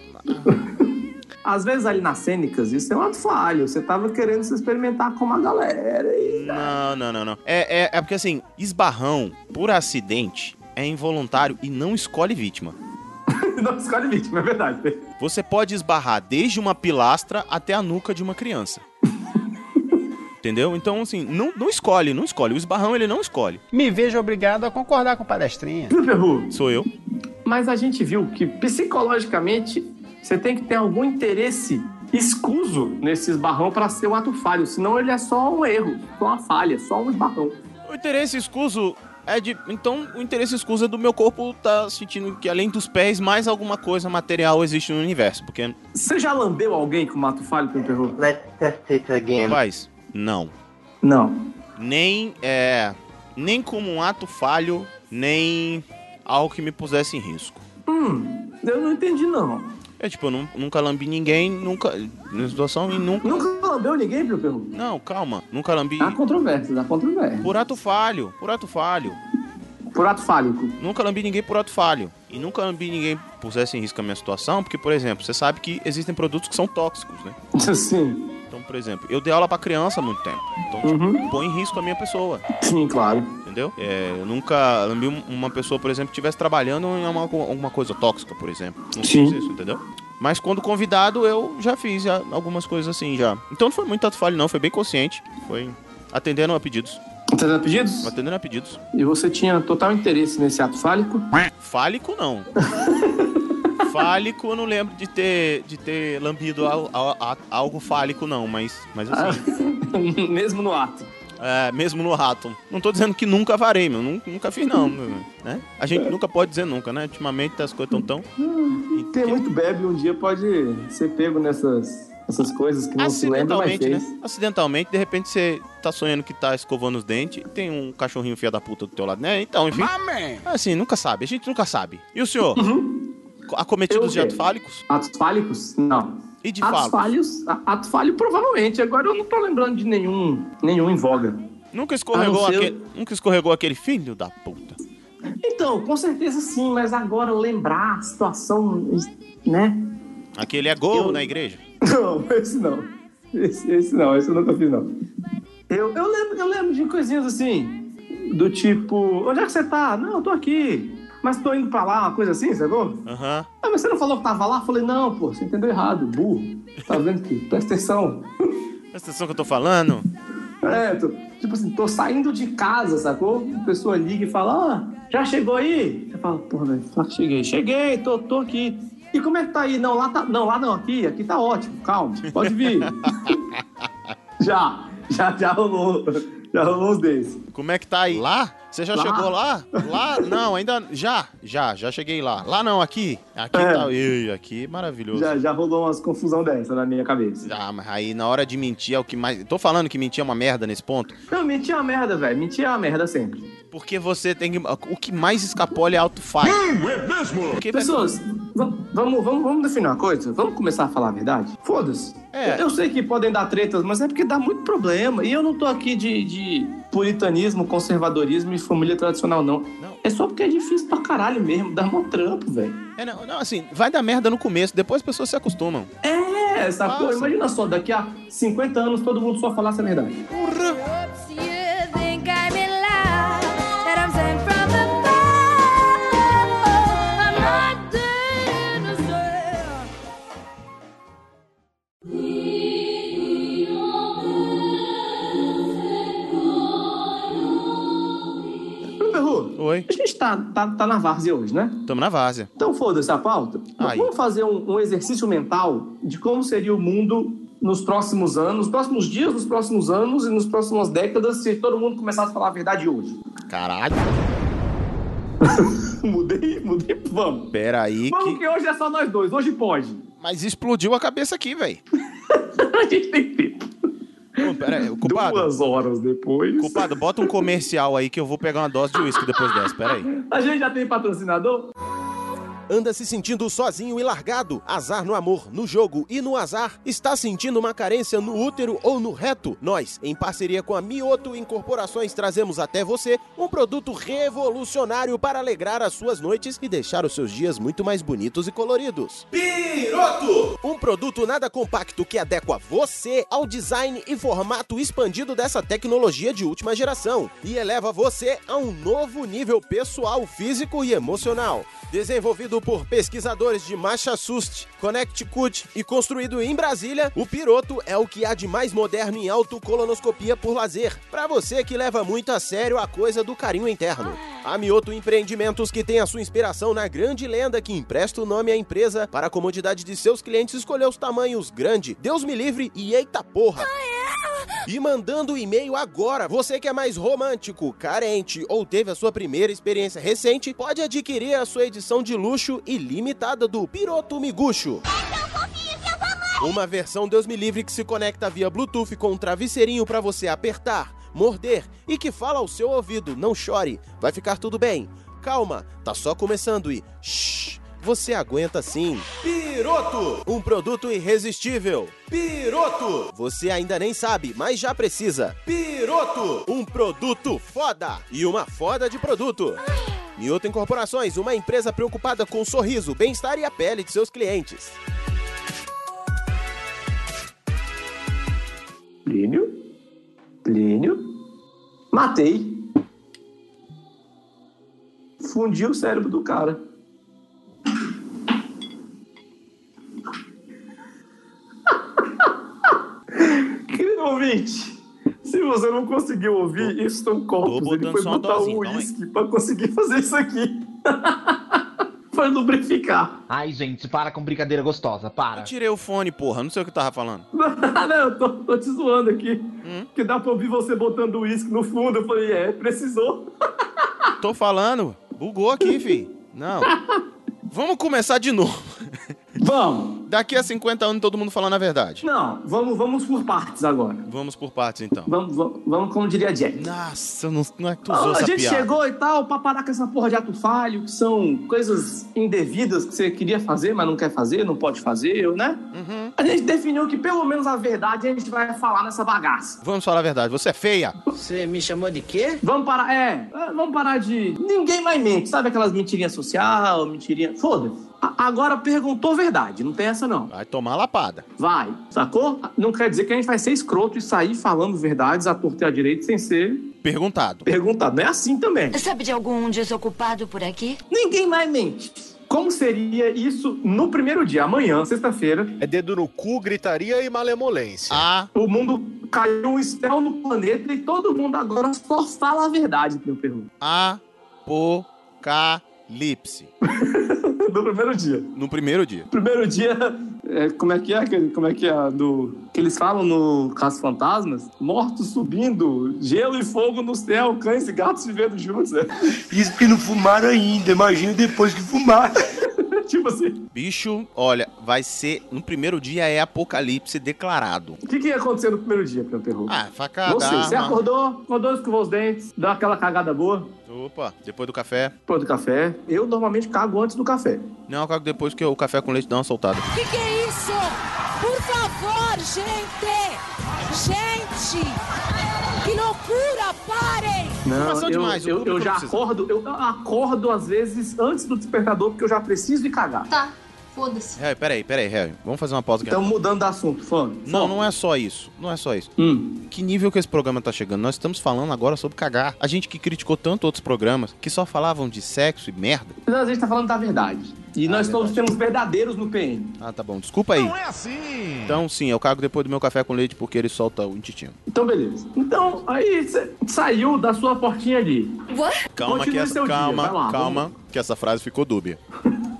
Às vezes ali nas cênicas, isso é um ato falho. Você tava querendo se experimentar com uma galera e.
Não, não, não, não. É, é, é porque assim, esbarrão por acidente é involuntário e não escolhe vítima.
não escolhe vítima, é verdade.
Você pode esbarrar desde uma pilastra até a nuca de uma criança. Entendeu? Então, assim, não, não escolhe, não escolhe. O esbarrão, ele não escolhe.
Me vejo obrigado a concordar com o palestrinha.
Ferru,
Sou eu.
mas a gente viu que psicologicamente você tem que ter algum interesse escuso nesse esbarrão para ser um ato falho, senão ele é só um erro, só uma falha, só um esbarrão.
O interesse escuso é de. Então, o interesse escuso é do meu corpo tá sentindo que além dos pés, mais alguma coisa material existe no universo. Porque.
Você já lambeu alguém com um ato falho, Pedro Ferru?
Let's test it again. Rapaz, não.
Não.
Nem. É. Nem como um ato falho, nem algo que me pusesse em risco.
Hum, eu não entendi não.
É tipo, eu nu- nunca lambi ninguém, nunca. Na situação e nunca.
Nunca lambeu ninguém, Pedro Ferru?
Não, calma. Nunca lambi.
Dá controvérsia, dá controvérsia.
Por ato falho, por ato falho.
Por ato fálico.
Nunca lambi ninguém por ato falho. E nunca lambi ninguém que pusesse em risco a minha situação, porque, por exemplo, você sabe que existem produtos que são tóxicos, né?
Sim.
Então, por exemplo, eu dei aula pra criança há muito tempo. Então, tipo,
Uhum.
põe em risco a minha pessoa.
Sim, claro.
Entendeu? É, eu nunca lambi um- uma pessoa, por exemplo, que estivesse trabalhando em uma- alguma coisa tóxica, por exemplo. Não
Sim.
fiz isso, entendeu? Mas quando convidado, eu já fiz já algumas coisas assim já. Então não foi muito ato falho, não. Foi bem consciente. Foi atendendo a pedidos.
Atendendo a Tá pedidos?
Atendendo a pedidos.
E você tinha total interesse nesse ato fálico?
Fálico, não. fálico, eu não lembro de ter, de ter lambido al- al- a- algo fálico, não. Mas, mas assim...
Mesmo no ato.
É, mesmo no rato. Não tô dizendo que nunca varei, meu. Nun- Nunca fiz, não. Né? A gente nunca pode dizer nunca, né? Ultimamente as coisas tão tão...
É. Hum, Quem muito bebe um dia pode ser pego nessas, essas coisas que não se lembra, mas
Acidentalmente, né?
fez.
Acidentalmente, de repente você tá sonhando que tá escovando os dentes e tem um cachorrinho fia da puta do teu lado, né? Então, enfim. Assim, nunca sabe. A gente nunca sabe. E o senhor? Acometidos de
Uhum. Eu-
atos fálicos?
Atos fálicos? Não.
E de
Atos
falos?
falhos? a- Ato falho provavelmente. Agora eu não tô lembrando de nenhum, nenhum em voga.
Nunca
A
escorregou,
não ser-
aquele, nunca escorregou aquele filho da puta.
Então, com certeza sim, mas agora lembrar a situação, né?
Aquele é gol
Eu-
na igreja.
Não, esse não. Esse, esse não, esse eu nunca fiz, não. Eu, eu, lembro, eu lembro de coisinhas assim, do tipo, onde é que você tá? Não, eu tô aqui, mas tô indo pra lá, uma coisa assim, sacou?
Aham.
Ah, mas você não falou que tava lá? Eu falei, não, pô, você entendeu errado, burro. Tá vendo que? Presta atenção.
Presta atenção que eu tô falando.
É, tô- tipo assim, tô saindo de casa, sacou? Uma pessoa liga e fala, ah, já chegou aí? Você fala, porra, velho, claro que cheguei. Cheguei, tô, tô aqui. E como é que tá aí? Não, lá tá. Não, lá não, aqui, aqui tá ótimo, calma, pode vir. já, já, já rolou. Já rolou uns desses.
Como é que tá aí? Lá? Você já
Lá?
chegou lá? Lá? Não, ainda. Já, já, já cheguei lá. Lá não, aqui. Aqui
É.
tá. Ih, aqui maravilhoso.
Já, já rolou umas confusão dessa na minha cabeça.
Ah, mas aí na hora de mentir é o que mais. Tô falando que mentir é uma merda nesse ponto.
Não, mentir é uma merda, velho. Mentir é uma merda sempre.
Porque você tem que. O que mais escapole é alto faz. Porque, velho,
Pessoas, va- vamos, vamos, vamos definir uma coisa? Vamos começar a falar a verdade? Foda-se.
É.
Eu, eu sei que podem dar tretas, mas é porque dá muito problema. E eu não tô aqui de, de puritanismo, conservadorismo e família tradicional, não. É só porque é difícil pra caralho mesmo, dá mó trampo, velho.
É, não, não, assim, vai dar merda no começo, depois as pessoas se acostumam.
É, essa
Nossa.
coisa. Imagina só, daqui a 50 anos todo mundo só falar essa verdade. Ô, Perru,
Oi?
a gente tá, tá, tá na várzea hoje, né?
Tamo na várzea.
Então foda-se a pauta. Mas
Aí.
Vamos fazer um, um exercício mental de como seria o mundo nos próximos anos, nos próximos dias, nos próximos anos e nas próximas décadas se todo mundo começasse a falar a verdade hoje.
Caralho.
mudei, mudei. Vamos.
Pera aí
Vamos que...
que.
hoje é só nós dois, hoje pode.
Mas explodiu a cabeça aqui, velho.
a gente tem tempo.
Não, Pera aí, culpado.
Duas horas depois.
Culpado, bota um comercial aí que eu vou pegar uma dose de uísque depois dessa. Pera aí.
A gente já tem patrocinador?
Anda se sentindo sozinho e largado, azar no amor, no jogo e no azar. Está sentindo uma carência no útero ou no reto? Nós, em parceria com a Mioto Incorporações, trazemos até você um produto revolucionário para alegrar as suas noites e deixar os seus dias muito mais bonitos e coloridos. Piroto! Um produto nada compacto que adequa você ao design e formato expandido dessa tecnologia de última geração e eleva você a um novo nível pessoal, físico e emocional. Desenvolvido por pesquisadores de Massachusetts, Connecticut e construído em Brasília, o Piroto é o que há de mais moderno em autocolonoscopia por lazer, para você que leva muito a sério a coisa do carinho interno. A Mioto Empreendimentos, que tem a sua inspiração na grande lenda que empresta o nome à empresa para a comodidade de seus clientes escolher os tamanhos grande, Deus me livre e eita porra. E mandando o e-mail agora, você que é mais romântico, carente ou teve a sua primeira experiência recente, pode adquirir a sua edição de luxo e limitada do Piroto Miguxo. Uma versão Deus me livre que se conecta via Bluetooth com um travesseirinho pra você apertar, morder e que fala ao seu ouvido: não chore, vai ficar tudo bem. Calma, tá só começando e shh, você aguenta sim. Piroto, um produto irresistível. Piroto, você ainda nem sabe, mas já precisa. Piroto, um produto foda e uma foda de produto. Mioto Incorporações, uma empresa preocupada com o sorriso, bem-estar e a pele de seus clientes.
Plínio? Plínio? Matei. Fundi o cérebro do cara. Querido ouvinte, se você não conseguiu ouvir, isso são copos. Ele
botando
foi
só uma
botar
dosinha,
o
calma aí.
uísque pra conseguir fazer isso aqui. Foi lubrificar.
Ai, gente, para com brincadeira gostosa, para.
Eu tirei o fone, porra. Não sei o que eu tava falando.
Ah, Não, eu tô, tô te zoando aqui. Que dá pra ouvir você botando o uísque no fundo. Eu falei, é, precisou.
Tô falando. Bugou aqui, fi. Não. Vamos começar de novo.
Vamos.
Daqui a 50 anos todo mundo falando a verdade.
Não, vamos, vamos por partes agora.
Vamos por partes, então.
Vamos, vamos, vamos como diria Jack.
Nossa, não, não é que tu usou
Ah, a
essa
gente
piada.
chegou e tal, pra parar com essa porra de ato falho, que são coisas indevidas que você queria fazer, mas não quer fazer, não pode fazer, né? A gente definiu que pelo menos a verdade a gente vai falar nessa bagaça.
Vamos falar a verdade. Você é feia.
Você me chamou de quê? Vamos parar, é, é, vamos parar de. Ninguém mais mente, sabe aquelas mentirinhas social, mentirinha. Foda-se. A- Agora perguntou verdade, não tem essa não.
Vai tomar lapada.
Vai, sacou? Não quer dizer que a gente vai ser escroto e sair falando verdades à torta e à direita sem ser
Perguntado.
perguntado. Não é assim também.
Sabe de algum desocupado por aqui?
Ninguém mais mente. Como seria isso no primeiro dia, amanhã, sexta-feira?
É dedo no cu, gritaria e malemolência.
Ah. O mundo caiu um estel no planeta e todo mundo agora só fala a verdade, meu pergunto.
Apocalipse.
no primeiro dia.
No primeiro dia.
Primeiro dia, é, como é que é, aquele- como é que é do que eles falam no Caso Fantasmas? Mortos subindo, gelo e fogo no céu, cães e gatos vivendo juntos. né?
Isso porque não fumaram ainda, imagina depois que fumar.
tipo assim.
Bicho, olha, vai ser. No primeiro dia é apocalipse declarado.
O que, que ia acontecer no primeiro dia, meu pergunto?
Ah, facada.
Não sei, você
arma.
acordou, acordou, escovou os dentes, deu aquela cagada boa.
Opa, depois do café.
Pô, do café. Eu normalmente cago antes do café.
Não, eu cago depois que o café com leite dá uma soltada.
Que que é isso? Por favor, gente! Gente! Que loucura, parem!
eu, eu, eu já acordo, eu acordo às vezes antes do despertador, porque eu já preciso ir cagar.
Tá, foda-se.
Harry, peraí, peraí, Harry. Vamos fazer uma pausa aqui.
Estamos Então, mudando de assunto, Hum. fã.
Não, não é só isso. Não é só isso. Que nível que esse programa tá chegando? Nós estamos falando agora sobre cagar. A gente que criticou tanto outros programas que só falavam de sexo e merda.
Mas a gente tá falando da verdade. E
é
nós todos temos verdadeiros no PN.
Ah, tá bom. Desculpa aí. Não é assim. Então, sim, eu cago depois do meu café com leite porque ele solta o intestino.
Então, beleza. Então, aí cê saiu da sua portinha ali.
What?
Calma, que
Continue
essa,
seu dia,
calma,
vai lá,
calma, que essa frase ficou dúbia.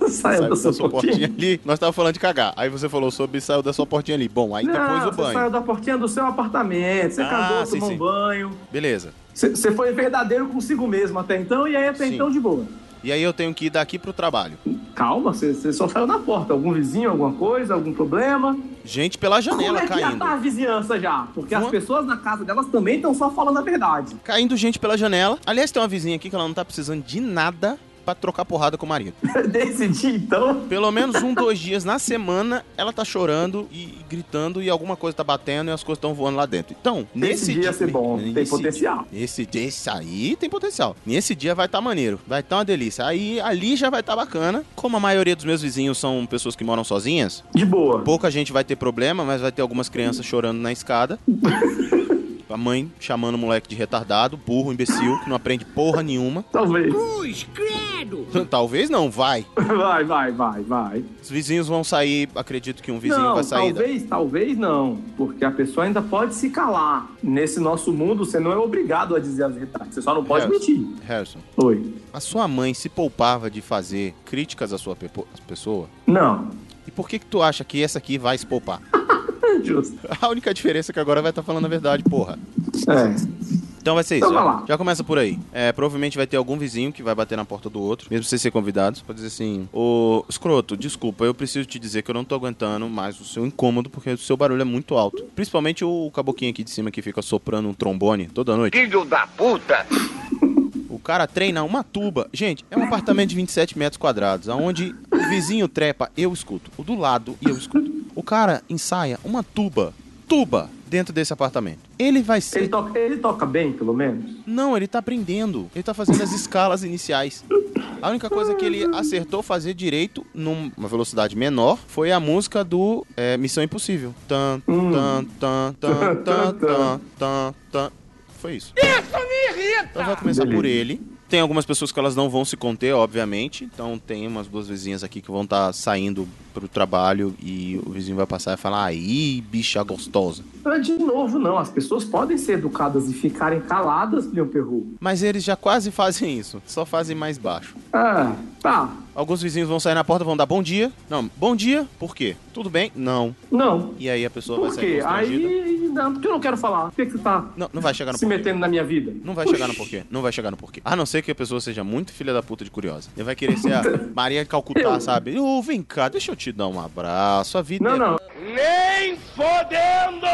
Saiu da sua portinha.
ali. Nós tava falando de cagar. Aí você falou sobre saiu da sua portinha ali. Bom, aí
Não,
depois o
Você
banho.
saiu da portinha do seu apartamento, você
Ah,
cagou,
sim,
tomou
sim.
um banho.
Beleza.
Você foi verdadeiro consigo mesmo até então, e aí até
Sim.
então de boa.
E aí eu tenho que ir daqui pro trabalho.
Calma, você só saiu da porta. Algum vizinho, alguma coisa, algum problema?
Gente pela janela
Como é que já
caindo.
tá a vizinhança já? Porque as pessoas na casa delas também estão só falando a verdade.
Caindo gente pela janela. Aliás, tem uma vizinha aqui que ela não tá precisando de nada pra trocar porrada com o marido.
Decidi então.
Pelo menos um, dois dias na semana ela tá chorando e, e gritando e alguma coisa tá batendo e as coisas estão voando lá dentro. Então, nesse
Esse dia ia ser bom, tem
nesse
potencial.
dia- Esse dia, esse aí tem potencial. Nesse dia vai tá maneiro, vai tá uma delícia. Aí ali já vai tá bacana. Como a maioria dos meus vizinhos são pessoas que moram sozinhas,
de boa.
Pouca gente vai ter problema, mas vai ter algumas crianças chorando na escada. A mãe chamando o moleque de retardado, burro, imbecil, que não aprende porra nenhuma.
Talvez.
Cruz, credo!
Talvez não, vai.
Vai, vai, vai, vai.
Os vizinhos vão sair, acredito que um vizinho
não,
vai sair. da-
talvez, talvez não. Porque a pessoa ainda pode se calar. Nesse nosso mundo, você não é obrigado a dizer as verdades. Você só não pode
Harrison,
mentir.
Harrison.
Oi.
A sua mãe se poupava de fazer críticas à sua pepo- pessoa?
Não.
E por que que tu acha que essa aqui vai se poupar?
Justo.
A única diferença é que agora vai estar falando a verdade, porra.
É.
Então vai ser isso.
Então vai
Já,
lá.
já começa por aí. É, provavelmente vai ter algum vizinho que vai bater na porta do outro, mesmo sem ser convidado, pra dizer assim: Ô, escroto, desculpa, eu preciso te dizer que eu não tô aguentando mais o seu incômodo, porque o seu barulho é muito alto. Principalmente o caboquinho aqui de cima que fica soprando um trombone toda noite.
Filho da puta!
O cara treina uma tuba. Gente, é um apartamento de 27 metros quadrados, aonde o vizinho trepa, eu escuto. O do lado, eu escuto. O cara ensaia uma tuba. Tuba! Dentro desse apartamento. Ele vai ser.
É. Ele toca, ele toca bem, pelo menos?
Não, ele tá aprendendo. Ele tá fazendo as escalas iniciais. A única coisa que ele acertou fazer direito, numa velocidade menor, foi a música do é, Missão Impossível. Tan, tan, tan, Hum. tan, tan, tan, tan, tan. Foi isso.
Isso me irrita!
Então vai começar por ele. Tem algumas pessoas que elas não vão se conter, obviamente. Então tem umas duas vizinhas aqui que vão estar saindo pro trabalho e o vizinho vai passar e falar: aí, bicha gostosa.
Mas, Ah, De novo, não. As pessoas podem ser educadas e ficarem caladas, meu perru.
Mas eles já quase fazem isso, só fazem mais baixo.
Ah, tá.
Alguns vizinhos vão sair na porta, vão dar bom dia. Não, bom dia, por quê? Tudo bem? Não.
Não.
E aí a pessoa
Por
vai sair
quê?
constrangida.
Aí, não, porque eu não quero falar. Por que, que você tá
Não, não vai chegar no
se
porquê.
metendo na minha vida?
Não vai chegar no porquê. Não vai chegar no porquê. A não ser que a pessoa seja muito filha da puta de curiosa. Ele vai querer ser a Maria de Calcutá, sabe? Ô, vem cá, deixa eu te dar um abraço. A vida
Não,
é-
não.
Nem fodendo!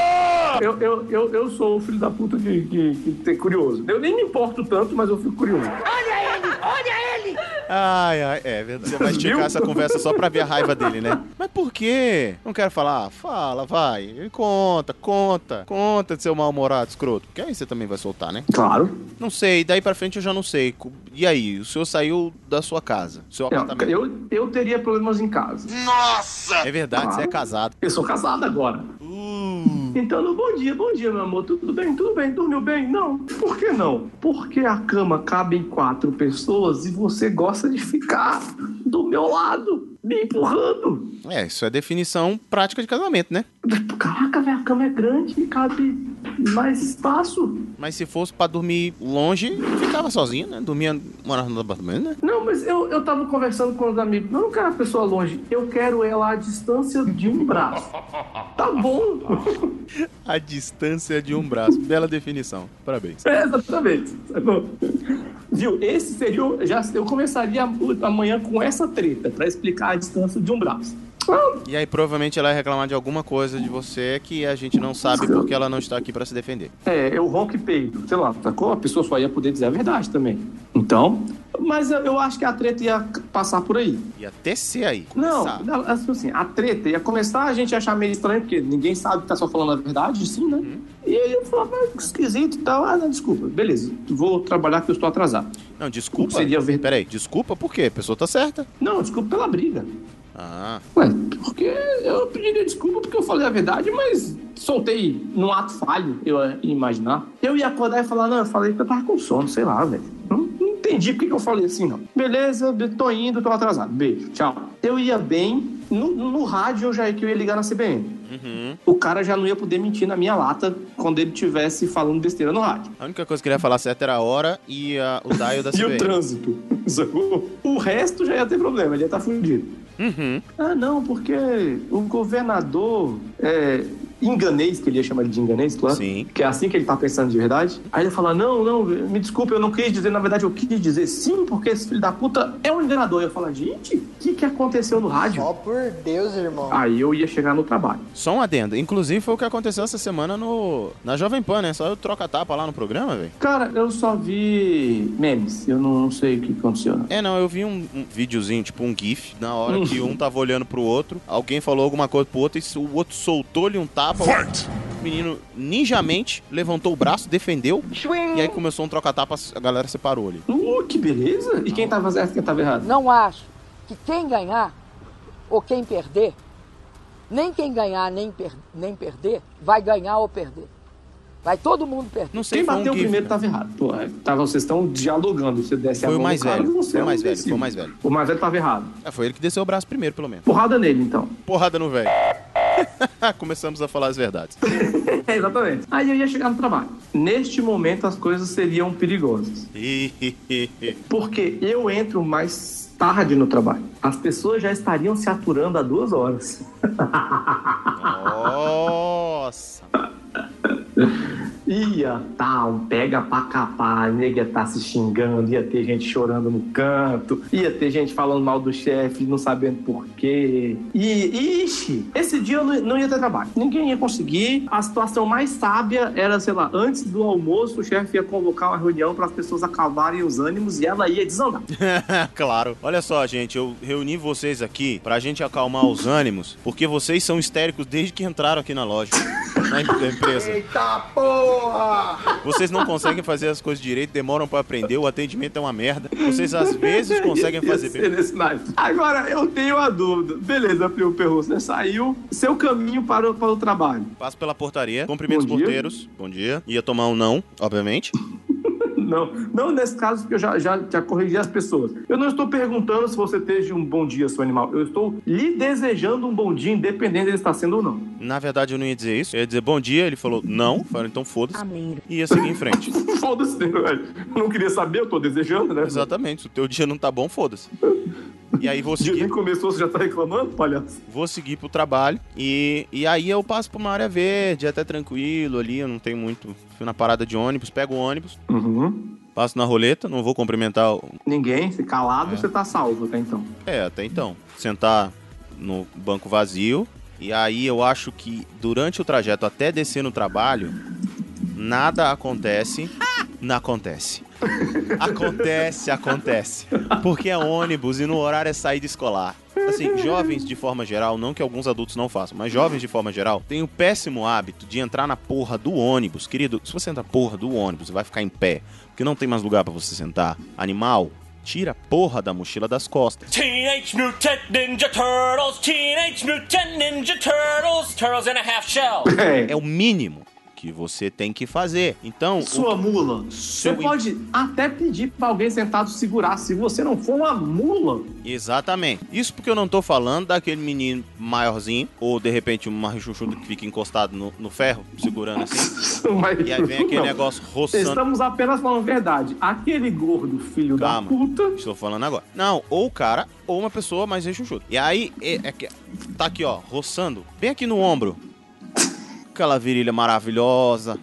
Eu, eu, eu, eu sou o filho da puta que, que, que tem curioso. Eu nem me importo tanto, mas eu fico curioso.
Olha ele! Olha ele!
Ai, ai, é verdade. Você vai esticar
Viu?
essa conversa só pra ver a raiva dele, né? Mas por quê? Não quero falar. Ah, Fala, vai. Ele Conta, conta. Conta de seu mal-humorado, escroto. Porque aí você também vai soltar, né?
Claro.
Não sei, daí pra frente eu já não sei. Co- E aí, o senhor saiu da sua casa, seu
Não,
apartamento.
É, eu, eu teria problemas em casa.
É verdade, você é casado.
Uh.
Eu sou casado agora. Então, no bom dia, bom dia, meu amor, tudo bem, tudo bem, dormiu bem? Não. Por que não? Porque a cama cabe em quatro pessoas e você gosta de ficar do meu lado, me empurrando.
É, isso é definição prática de casamento, né?
Caraca, velho, a cama é grande e cabe mais espaço.
Mas se fosse pra dormir longe, ficava sozinho, né? Dormia, morava no apartamento, né?
Não, mas eu, eu tava conversando com os amigos. Não quero a pessoa longe, eu quero ela à distância de um braço. Tá bom.
A distância de um braço. Bela definição. Parabéns.
É, exatamente. Tá bom. Viu? Esse seria. o- Já, eu começaria amanhã com essa treta, pra explicar a distância de um braço.
E aí provavelmente ela ia reclamar de alguma coisa de você que a gente não sabe porque ela não está aqui pra se defender.
É, eu ronco e peido, sei lá, sacou? A pessoa só ia poder dizer a verdade também. Então, Mas eu, eu acho que a treta ia c- passar por aí.
Ia tecer aí.
Não, não, assim, a treta ia começar a gente achar meio estranho, porque ninguém sabe que tá só falando a verdade, sim, né? E aí eu falava, "Ah, que esquisito e tal. Ah, não, desculpa, beleza, vou trabalhar que eu estou atrasado.
Não, desculpa.
Seria ver...
Peraí, desculpa por quê? A pessoa tá certa.
Não, desculpa pela briga.
Ah.
Ué, porque eu pediria desculpa porque eu falei a verdade, mas soltei num ato falho, eu ia imaginar. Eu ia acordar e falar, não, eu falei que eu tava com sono, sei lá, velho. Não, não entendi por que que eu falei assim, não. Beleza, eu tô indo, tô atrasado. Beijo, tchau. Eu ia bem, no, no rádio eu já que eu ia ligar na CBN.
Uhum.
O cara já não ia poder mentir na minha lata quando ele tivesse falando besteira no rádio.
A única coisa que ele ia falar certa era a hora e a- o dial da
E
CBN.
o trânsito. sacou? O resto já ia ter problema, ele ia estar fundido. Ah, não, porque o governador. É, enganês, que ele ia chamar ele de enganês, claro. Sim. Que é assim que ele tá pensando de verdade. Aí ele fala: Não, não, me desculpe, eu não quis dizer, na verdade eu quis dizer sim, porque esse filho da puta é um enganador. Eu ia falar: Gente, o que, que aconteceu no rádio? Só por Deus, irmão. Aí eu ia chegar no trabalho.
Só um adendo. Inclusive foi o que aconteceu essa semana no na Jovem Pan, né? Só eu troca tapa lá no programa, velho.
Cara, eu só vi memes, eu não sei o que aconteceu. né?
É, não, eu vi um, um videozinho, tipo um GIF, na hora
Hum.
que um tava olhando pro outro, alguém falou alguma coisa pro outro e o outro soltou-lhe um tapa. O menino ninjamente levantou o braço, defendeu, e aí começou um troca-tapa, a galera separou ali.
Uh, que beleza! E quem tava certo e quem tava errado?
Não acho que quem ganhar ou quem perder, nem quem ganhar nem, per- nem perder, vai ganhar ou perder. Vai todo mundo perder.
Não um
Quem bateu primeiro tava errado. Pô, é, tava, vocês estão dialogando. Você desce
Foi
a
o
mão
mais
no cara,
velho,
você
foi o
é um
mais velho,
imbecil.
foi o mais velho.
O mais velho tava errado.
É, foi ele que desceu o braço primeiro, pelo menos.
Porrada nele, então.
Porrada no velho. Começamos a falar as verdades.
É, exatamente. Aí eu ia chegar no trabalho. Neste momento as coisas seriam perigosas. Porque eu entro mais tarde no trabalho. As pessoas já estariam se aturando há duas horas.
Nossa.
Ia tá um pega pra capar, nega ia tá se xingando, ia ter gente chorando no canto, ia ter gente falando mal do chefe, não sabendo porquê. E, ixi, esse dia eu não, não ia ter trabalho. Ninguém ia conseguir. A situação mais sábia era, sei lá, antes do almoço, o chefe ia convocar uma reunião para as pessoas acalmarem os ânimos e ela ia desandar.
claro. Olha só, gente, eu reuni vocês aqui pra gente acalmar os ânimos, porque vocês são histéricos desde que entraram aqui na loja, na em- da empresa.
Eita porra!
Vocês não conseguem fazer as coisas direito, demoram pra aprender, o atendimento é uma merda. Vocês às vezes conseguem fazer
Ia ser
bem.
nesse naipe. Agora, eu tenho a dúvida. Beleza, Primo Perro, você saiu, seu caminho para o, para o trabalho.
Passo pela portaria, cumprimento os
Bom dia.
porteiros. Bom dia. Ia tomar um não, obviamente.
Não, não nesse caso, porque eu já, já, já corrigi as pessoas. Eu não estou perguntando se você teve um bom dia, seu animal. Eu estou lhe desejando um bom dia, independente dele estar sendo ou não.
Na verdade, eu não ia dizer isso. Eu ia dizer bom dia, ele falou não. Eu Falei, então foda-se. E ia seguir em frente.
foda-se, né, velho? Eu não queria saber, eu tô desejando, né?
Exatamente. Se o teu dia não tá bom, foda-se. E aí vou seguir.
Nem começou, você já tá reclamando, palhaço?
Vou seguir pro trabalho. E, e aí eu passo pra uma área verde, é até tranquilo ali. Eu não tenho muito. Fui na parada de ônibus, pego o ônibus. Passo na roleta, não vou cumprimentar. o-
Ninguém, se calado, você tá salvo até então.
É, até então. Sentar no banco vazio. E aí eu acho que durante o trajeto até descer no trabalho, nada acontece. Não acontece. Acontece, acontece. Porque é ônibus e no horário é saída escolar. Assim, jovens de forma geral, não que alguns adultos não façam, mas jovens de forma geral têm o péssimo hábito de entrar na porra do ônibus. Querido, se você entrar na porra do ônibus, você vai ficar em pé, porque não tem mais lugar pra você sentar. Animal, Tira a porra da mochila das costas.
Teenage Mutant Ninja Turtles, Teenage Mutant Ninja Turtles, Turtles in a Half Shell.
É o mínimo que você tem que fazer. Então.
Sua
o-
mula. Você
Seu in-
pode até pedir pra alguém sentado segurar. Se você não for uma mula,
Exatamente. Isso porque eu não tô falando daquele menino maiorzinho, ou de repente um marrechuchudo que fica encostado no, no ferro, segurando assim.
Mas-
e aí vem aquele
não.
negócio roçando.
estamos apenas falando a verdade. Aquele gordo filho
Calma.
da puta.
Estou falando agora. Não, ou o cara, ou uma pessoa mais rechonchuda. E aí, é, é que- tá aqui, ó, roçando, bem aqui no ombro. Aquela virilha maravilhosa.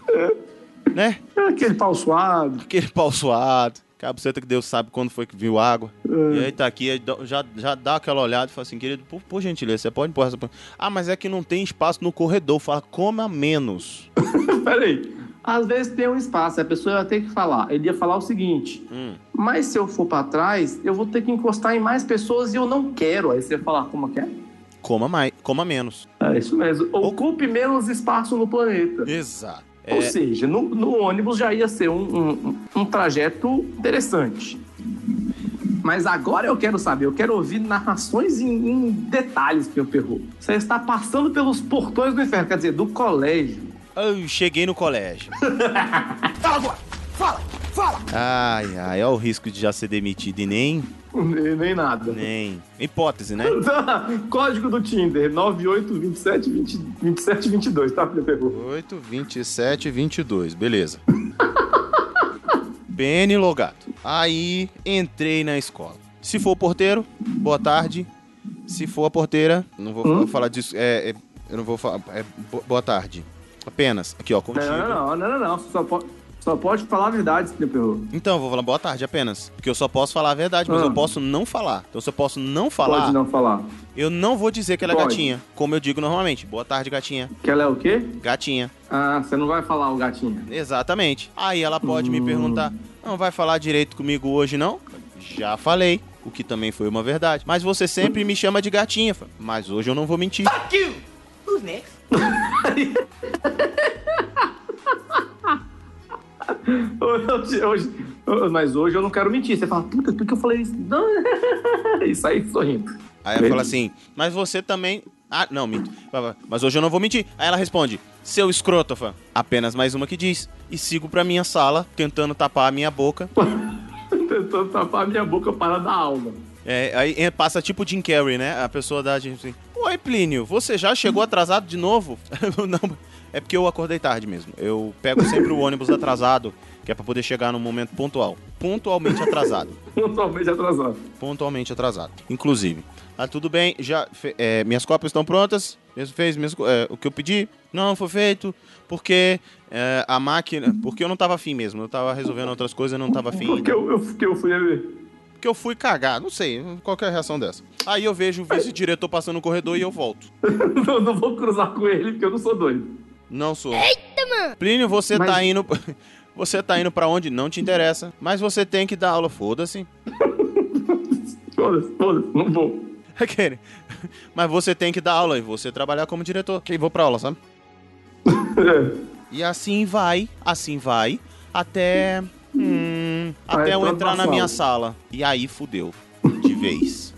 Né?
Aquele pau suado.
Aquele é pau suado. Cabuceta que Deus sabe quando foi que viu água. E aí tá aqui, aí dá- já, já dá aquela olhada e fala assim, querido, por, por gentileza, você pode pôr essa... Ah, mas é que não tem espaço no corredor. Fala, coma menos.
Peraí. Às vezes tem um espaço, a pessoa vai ter que falar. Ele ia falar o seguinte:
Hum.
Mas se eu for pra trás, eu vou ter que encostar em mais pessoas e eu não quero. Aí você vai falar, como é que é?
Coma mais, coma menos.
É isso mesmo. Ocupe menos espaço no planeta.
Exato.
Ou seja, no, no ônibus já ia ser um, um- um trajeto interessante. Mas agora eu quero saber, eu quero ouvir narrações em, em detalhes, meu perro. Você está passando pelos portões do inferno, quer dizer, do colégio.
Eu cheguei no colégio.
Fala agora! Fala! Fala!
Ai, ai, olha o risco de já ser demitido e nem...
Nem, nem nada.
Nem. Hipótese, né?
Código do Tinder, 98272722, tá, meu perro?
8, 27, 22, beleza. PN logado. Aí entrei na escola. Se for o porteiro, boa tarde. Se for a porteira, não vou
Hum?
falar disso. É, é- eu não vou falar. é, bo- boa tarde. Apenas. Aqui, ó, contigo.
Não, não, não, não, não, não. Só, po- só pode falar a verdade, meu perro.
Então, eu vou falar boa tarde apenas. Porque eu só posso falar a verdade, mas
Ah.
eu posso não falar. Então, se eu posso não falar,
Pode não falar.
eu não vou dizer que ela é
Pode.
gatinha. Como eu digo normalmente. Boa tarde, gatinha.
Que ela é o quê?
Gatinha.
Ah, você não vai falar o gatinho.
Exatamente. Aí ela pode me perguntar: não vai falar direito comigo hoje, não? Já falei, o que também foi uma verdade. Mas você sempre me chama de gatinha. Fa- Mas hoje eu não vou mentir.
Who's next?
Hoje, hoje- mas hoje eu não quero mentir. Você fala, puta, por que eu falei isso? Não. E sai sorrindo.
Aí ela fala assim: mas você também. Ah, não, minto. Vai, vai. Mas hoje eu não vou mentir. Aí ela responde: seu escrotofa. Apenas mais uma que diz. E sigo pra minha sala, tentando tapar a minha boca.
Tentando tapar a minha boca para da alma.
É, aí é, passa tipo Jim Carrey, né? A pessoa dá gente assim: Oi, Plínio, você já chegou atrasado de novo? Não, é porque eu acordei tarde mesmo. Eu pego sempre o ônibus atrasado, que é pra poder chegar no momento pontual. Pontualmente atrasado.
Pontualmente Um atrasado.
Pontualmente atrasado. Inclusive. Ah, tudo bem, já. fe- é, minhas copas estão prontas? Mesmo fez mesmo, co- é, o que eu pedi? Não, foi feito. Porque é, a máquina. Porque eu não tava afim mesmo. Eu tava resolvendo outras coisas eu não tava afim.
Porque eu, eu, que eu fui beber.
Porque eu fui cagar, não sei, qual que é a reação dessa. Aí eu vejo o vice-diretor passando no corredor e eu volto.
não, não vou cruzar com ele porque eu não sou doido.
Não sou. Eita, mano! Plínio, você tá indo. Você tá indo pra onde? Não te interessa. Mas você tem que dar aula, foda-se.
Foda-se, foda-se, não vou.
Aquele. Mas você tem que dar aula e você trabalhar como diretor. Ok, vou pra aula, sabe?
É.
E assim vai, assim vai, até. Hum,
Aí
até eu
entrou
entrar
na
na minha sala. E aí fudeu. De vez.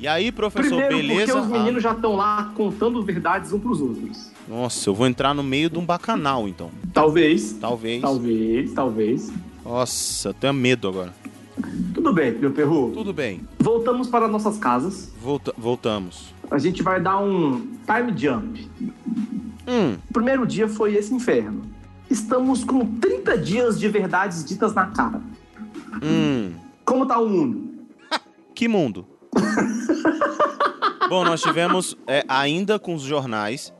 E aí, professor,
Primeiro,
beleza?
porque os
Ah,
meninos já estão lá contando verdades uns pros outros.
Nossa, eu vou entrar no meio de um bacanal, então.
Talvez.
Talvez.
Talvez, talvez.
Nossa, eu tenho medo agora.
Tudo bem, meu perro.
Tudo bem.
Voltamos para nossas casas.
Volta- voltamos.
A gente vai dar um time jump.
Hum.
Primeiro dia foi esse inferno. Estamos com 30 dias de verdades ditas na cara.
Hum.
Como tá o mundo?
Que mundo? Bom, nós tivemos é, ainda com os jornais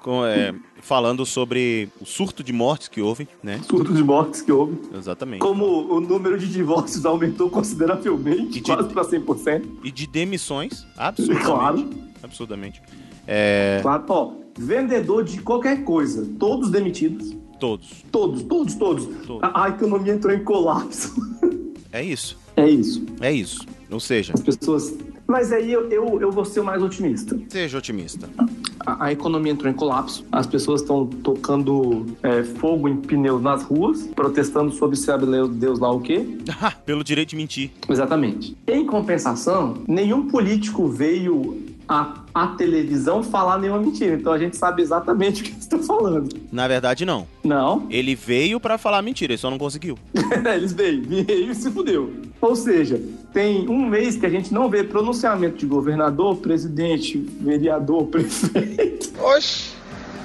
com, é, falando sobre o surto de mortes que houve, né?
Surto de mortes que houve.
Exatamente.
Como o número de divórcios aumentou consideravelmente, quase para 100%.
E de demissões, absurdamente.
Claro.
Absurdamente. É,
Claro, ó, vendedor de qualquer coisa, todos demitidos.
Todos.
Todos, todos, todos. A, a economia entrou em colapso.
É isso.
É isso.
É isso. Ou seja,
Pessoas. Mas aí eu, eu, eu vou ser mais otimista.
seja otimista.
a, a economia entrou em colapso, as pessoas estão tocando é, fogo em pneus nas ruas, protestando sobre sabe Deus lá o quê.
Ah, Pelo direito de mentir.
Exatamente. Em compensação, nenhum político veio a, a, televisão falar nenhuma mentira. Então a gente sabe exatamente o que eles estão falando.
Na verdade, não.
Não.
Ele veio pra falar mentira, ele só não conseguiu.
eles veio, veio e se fudeu. Ou seja, tem um mês que a gente não vê pronunciamento de governador, presidente, vereador, prefeito.
Oxi.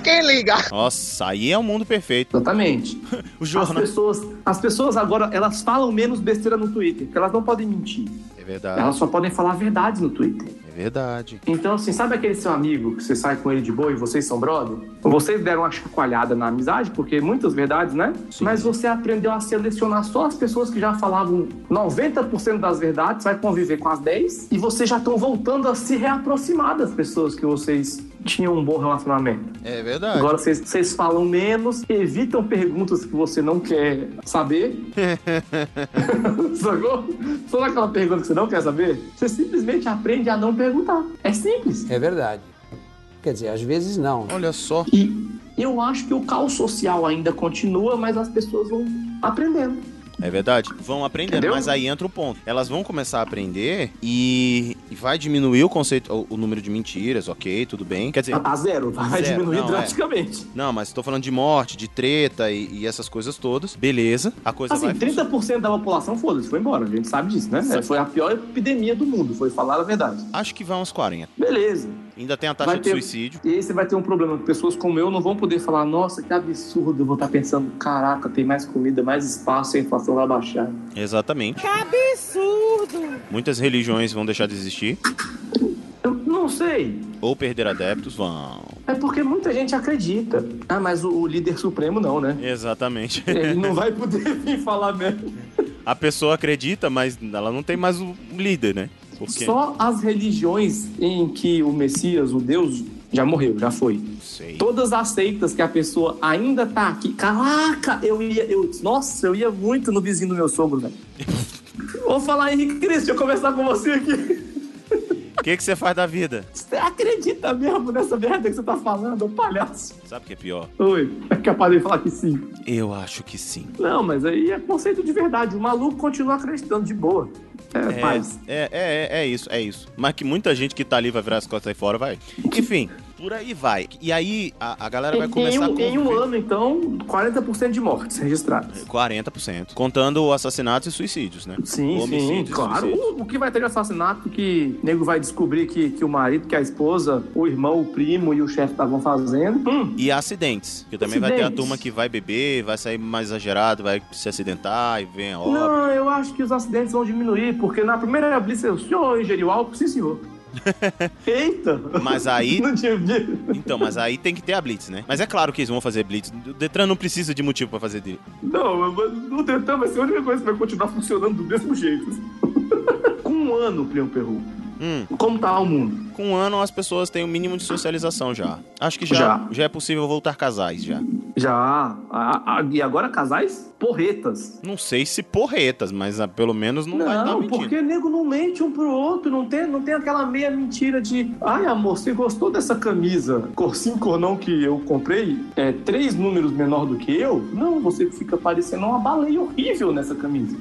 Quem liga?
Nossa, aí é o um mundo perfeito.
Exatamente.
o jornal.
As pessoas, as pessoas agora, elas falam menos besteira no Twitter, porque elas não podem mentir.
É verdade. é
Elas só podem falar verdades no Twitter.
Verdade.
Então, assim, sabe aquele seu amigo que você sai com ele de boa e vocês são brother? Vocês deram uma chacoalhada na amizade, porque muitas verdades, né?
Sim.
Mas você aprendeu a selecionar só as pessoas que já falavam 90% das verdades, vai conviver com as 10, e vocês já estão voltando a se reaproximar das pessoas que vocês tinham um bom relacionamento.
É verdade.
Agora vocês, vocês falam menos, evitam perguntas que você não quer saber. Sacou? Só aquela pergunta que você não quer saber, você simplesmente aprende a não perguntar perguntar. É simples.
É verdade. Quer dizer, às vezes não.
Olha só.
E eu acho que o caos social ainda continua, mas as pessoas vão aprendendo.
É verdade. Vão aprendendo, Entendeu? mas aí entra o ponto. Elas vão começar a aprender e vai diminuir o conceito, o, o número de mentiras, ok, tudo bem. Quer dizer.
A, a zero, vai
zero.
diminuir
Não, é.
drasticamente.
Não, mas tô falando de morte, de treta e, e essas coisas todas. Beleza. A coisa
Assim,
vai.
30% da população, foda-se, foi embora. A gente sabe disso, né?
Sim.
Foi a pior epidemia do mundo, foi falar a verdade.
Acho que vai uns 40.
Beleza.
Ainda tem a taxa
Vai
de
ter-
suicídio.
E aí você vai ter um problema. Pessoas como eu não vão poder falar, nossa, que absurdo, eu vou estar pensando, caraca, tem mais comida, mais espaço, a inflação vai baixar.
Exatamente.
absurdo!
Muitas religiões vão deixar de existir
Eu não sei.
ou perder adeptos. Vão.
É porque muita gente acredita. Ah, mas o, o líder supremo não, né?
Exatamente.
Ele não vai poder vir falar mesmo.
A pessoa acredita, mas ela não tem mais o líder, né? Porque...
Só as religiões em que o Messias, o Deus, já morreu, já foi.
Sei.
Todas as seitas que a pessoa ainda tá aqui. Caraca, eu ia. Eu, nossa, eu ia muito no vizinho do meu sogro, velho. Vou falar, Henrique Cristo, deixa eu conversar com você aqui.
O que, que você faz da vida?
Você acredita mesmo nessa merda que você tá falando, ô palhaço?
Sabe o que é pior?
Oi, é capaz de falar que sim.
Eu acho que sim.
Não, mas aí é conceito de verdade. O maluco continua acreditando de boa. É, paz.
É, é, é, é isso, é isso. Mas que muita gente que tá ali vai virar as costas aí fora, vai. Enfim, por aí vai. E aí a, a galera vai
Em-
começar
em, um-
a
em um
conviver-
ano, então, 40% de mortes registradas.
40%. Contando assassinatos e suicídios, né?
Sim, sim,
Homicídios,
claro.
suicídios.
O, o que vai ter de assassinato que o nego vai descobrir que, que o marido, que a esposa, o irmão, o primo e o chefe estavam fazendo. Hum,
E acidentes. Que também vai ter a
Acidentes.
turma que vai beber, vai sair mais exagerado, vai se acidentar e vem a obra.
não, eu acho que os acidentes vão diminuir, porque na primeira blitz o senhor ingeriu álcool, sim senhor. Eita!
Mas aí.
Não tinha medo.
Então, mas aí tem que ter a Blitz, né? Mas é claro que eles vão fazer Blitz. O Detran não precisa de motivo pra fazer dele.
Não, mas o Detran vai ser a única coisa que vai continuar funcionando do mesmo jeito. Com um ano, Cleo Peru,
Hum.
como tá o mundo?
Com um ano as pessoas têm o mínimo de socialização já. Acho que já, já. é possível voltar casais já.
Já. a- a- e agora casais? Porretas.
Não sei se porretas, mas ah, pelo menos não, vai dar
Não,
mentira.
porque nego não mente um pro outro, não tem, não tem aquela meia mentira de ai amor, você gostou dessa camisa cor sim, cor não que eu comprei? É três números menor do que eu? Não, você fica parecendo uma baleia horrível nessa camisa.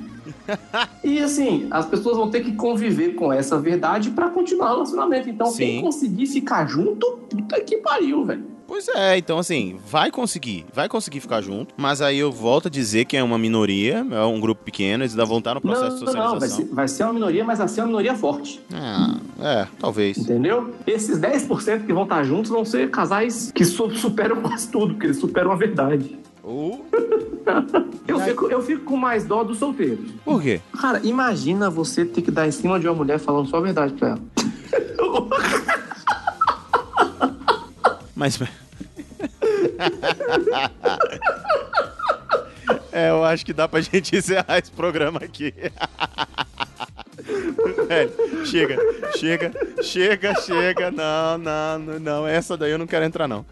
e assim, as pessoas vão ter que conviver com essa verdade pra continuar o relacionamento. Então,
Sim.
quem conseguir ficar junto, puta que pariu, velho.
Pois é, então assim, vai conseguir, vai conseguir ficar junto, mas aí eu volto a dizer que é uma minoria, é um grupo pequeno, eles ainda vão estar no processo de
não, não, vai ser,
socialização.
vai ser uma minoria, mas vai ser uma minoria forte.
Ah, é, talvez.
Entendeu? Esses 10% que vão estar juntos vão ser casais que su- superam quase tudo, porque eles superam a verdade.
Ou.
Eu fico, eu fico com mais dó dos solteiros.
Por quê?
Cara, imagina você ter que dar em cima de uma mulher falando só a verdade pra ela.
Mas. é, eu acho que dá pra gente encerrar esse programa aqui. Velho, chega, chega, chega, chega. Não, não, não, não. Essa daí eu não quero entrar, não.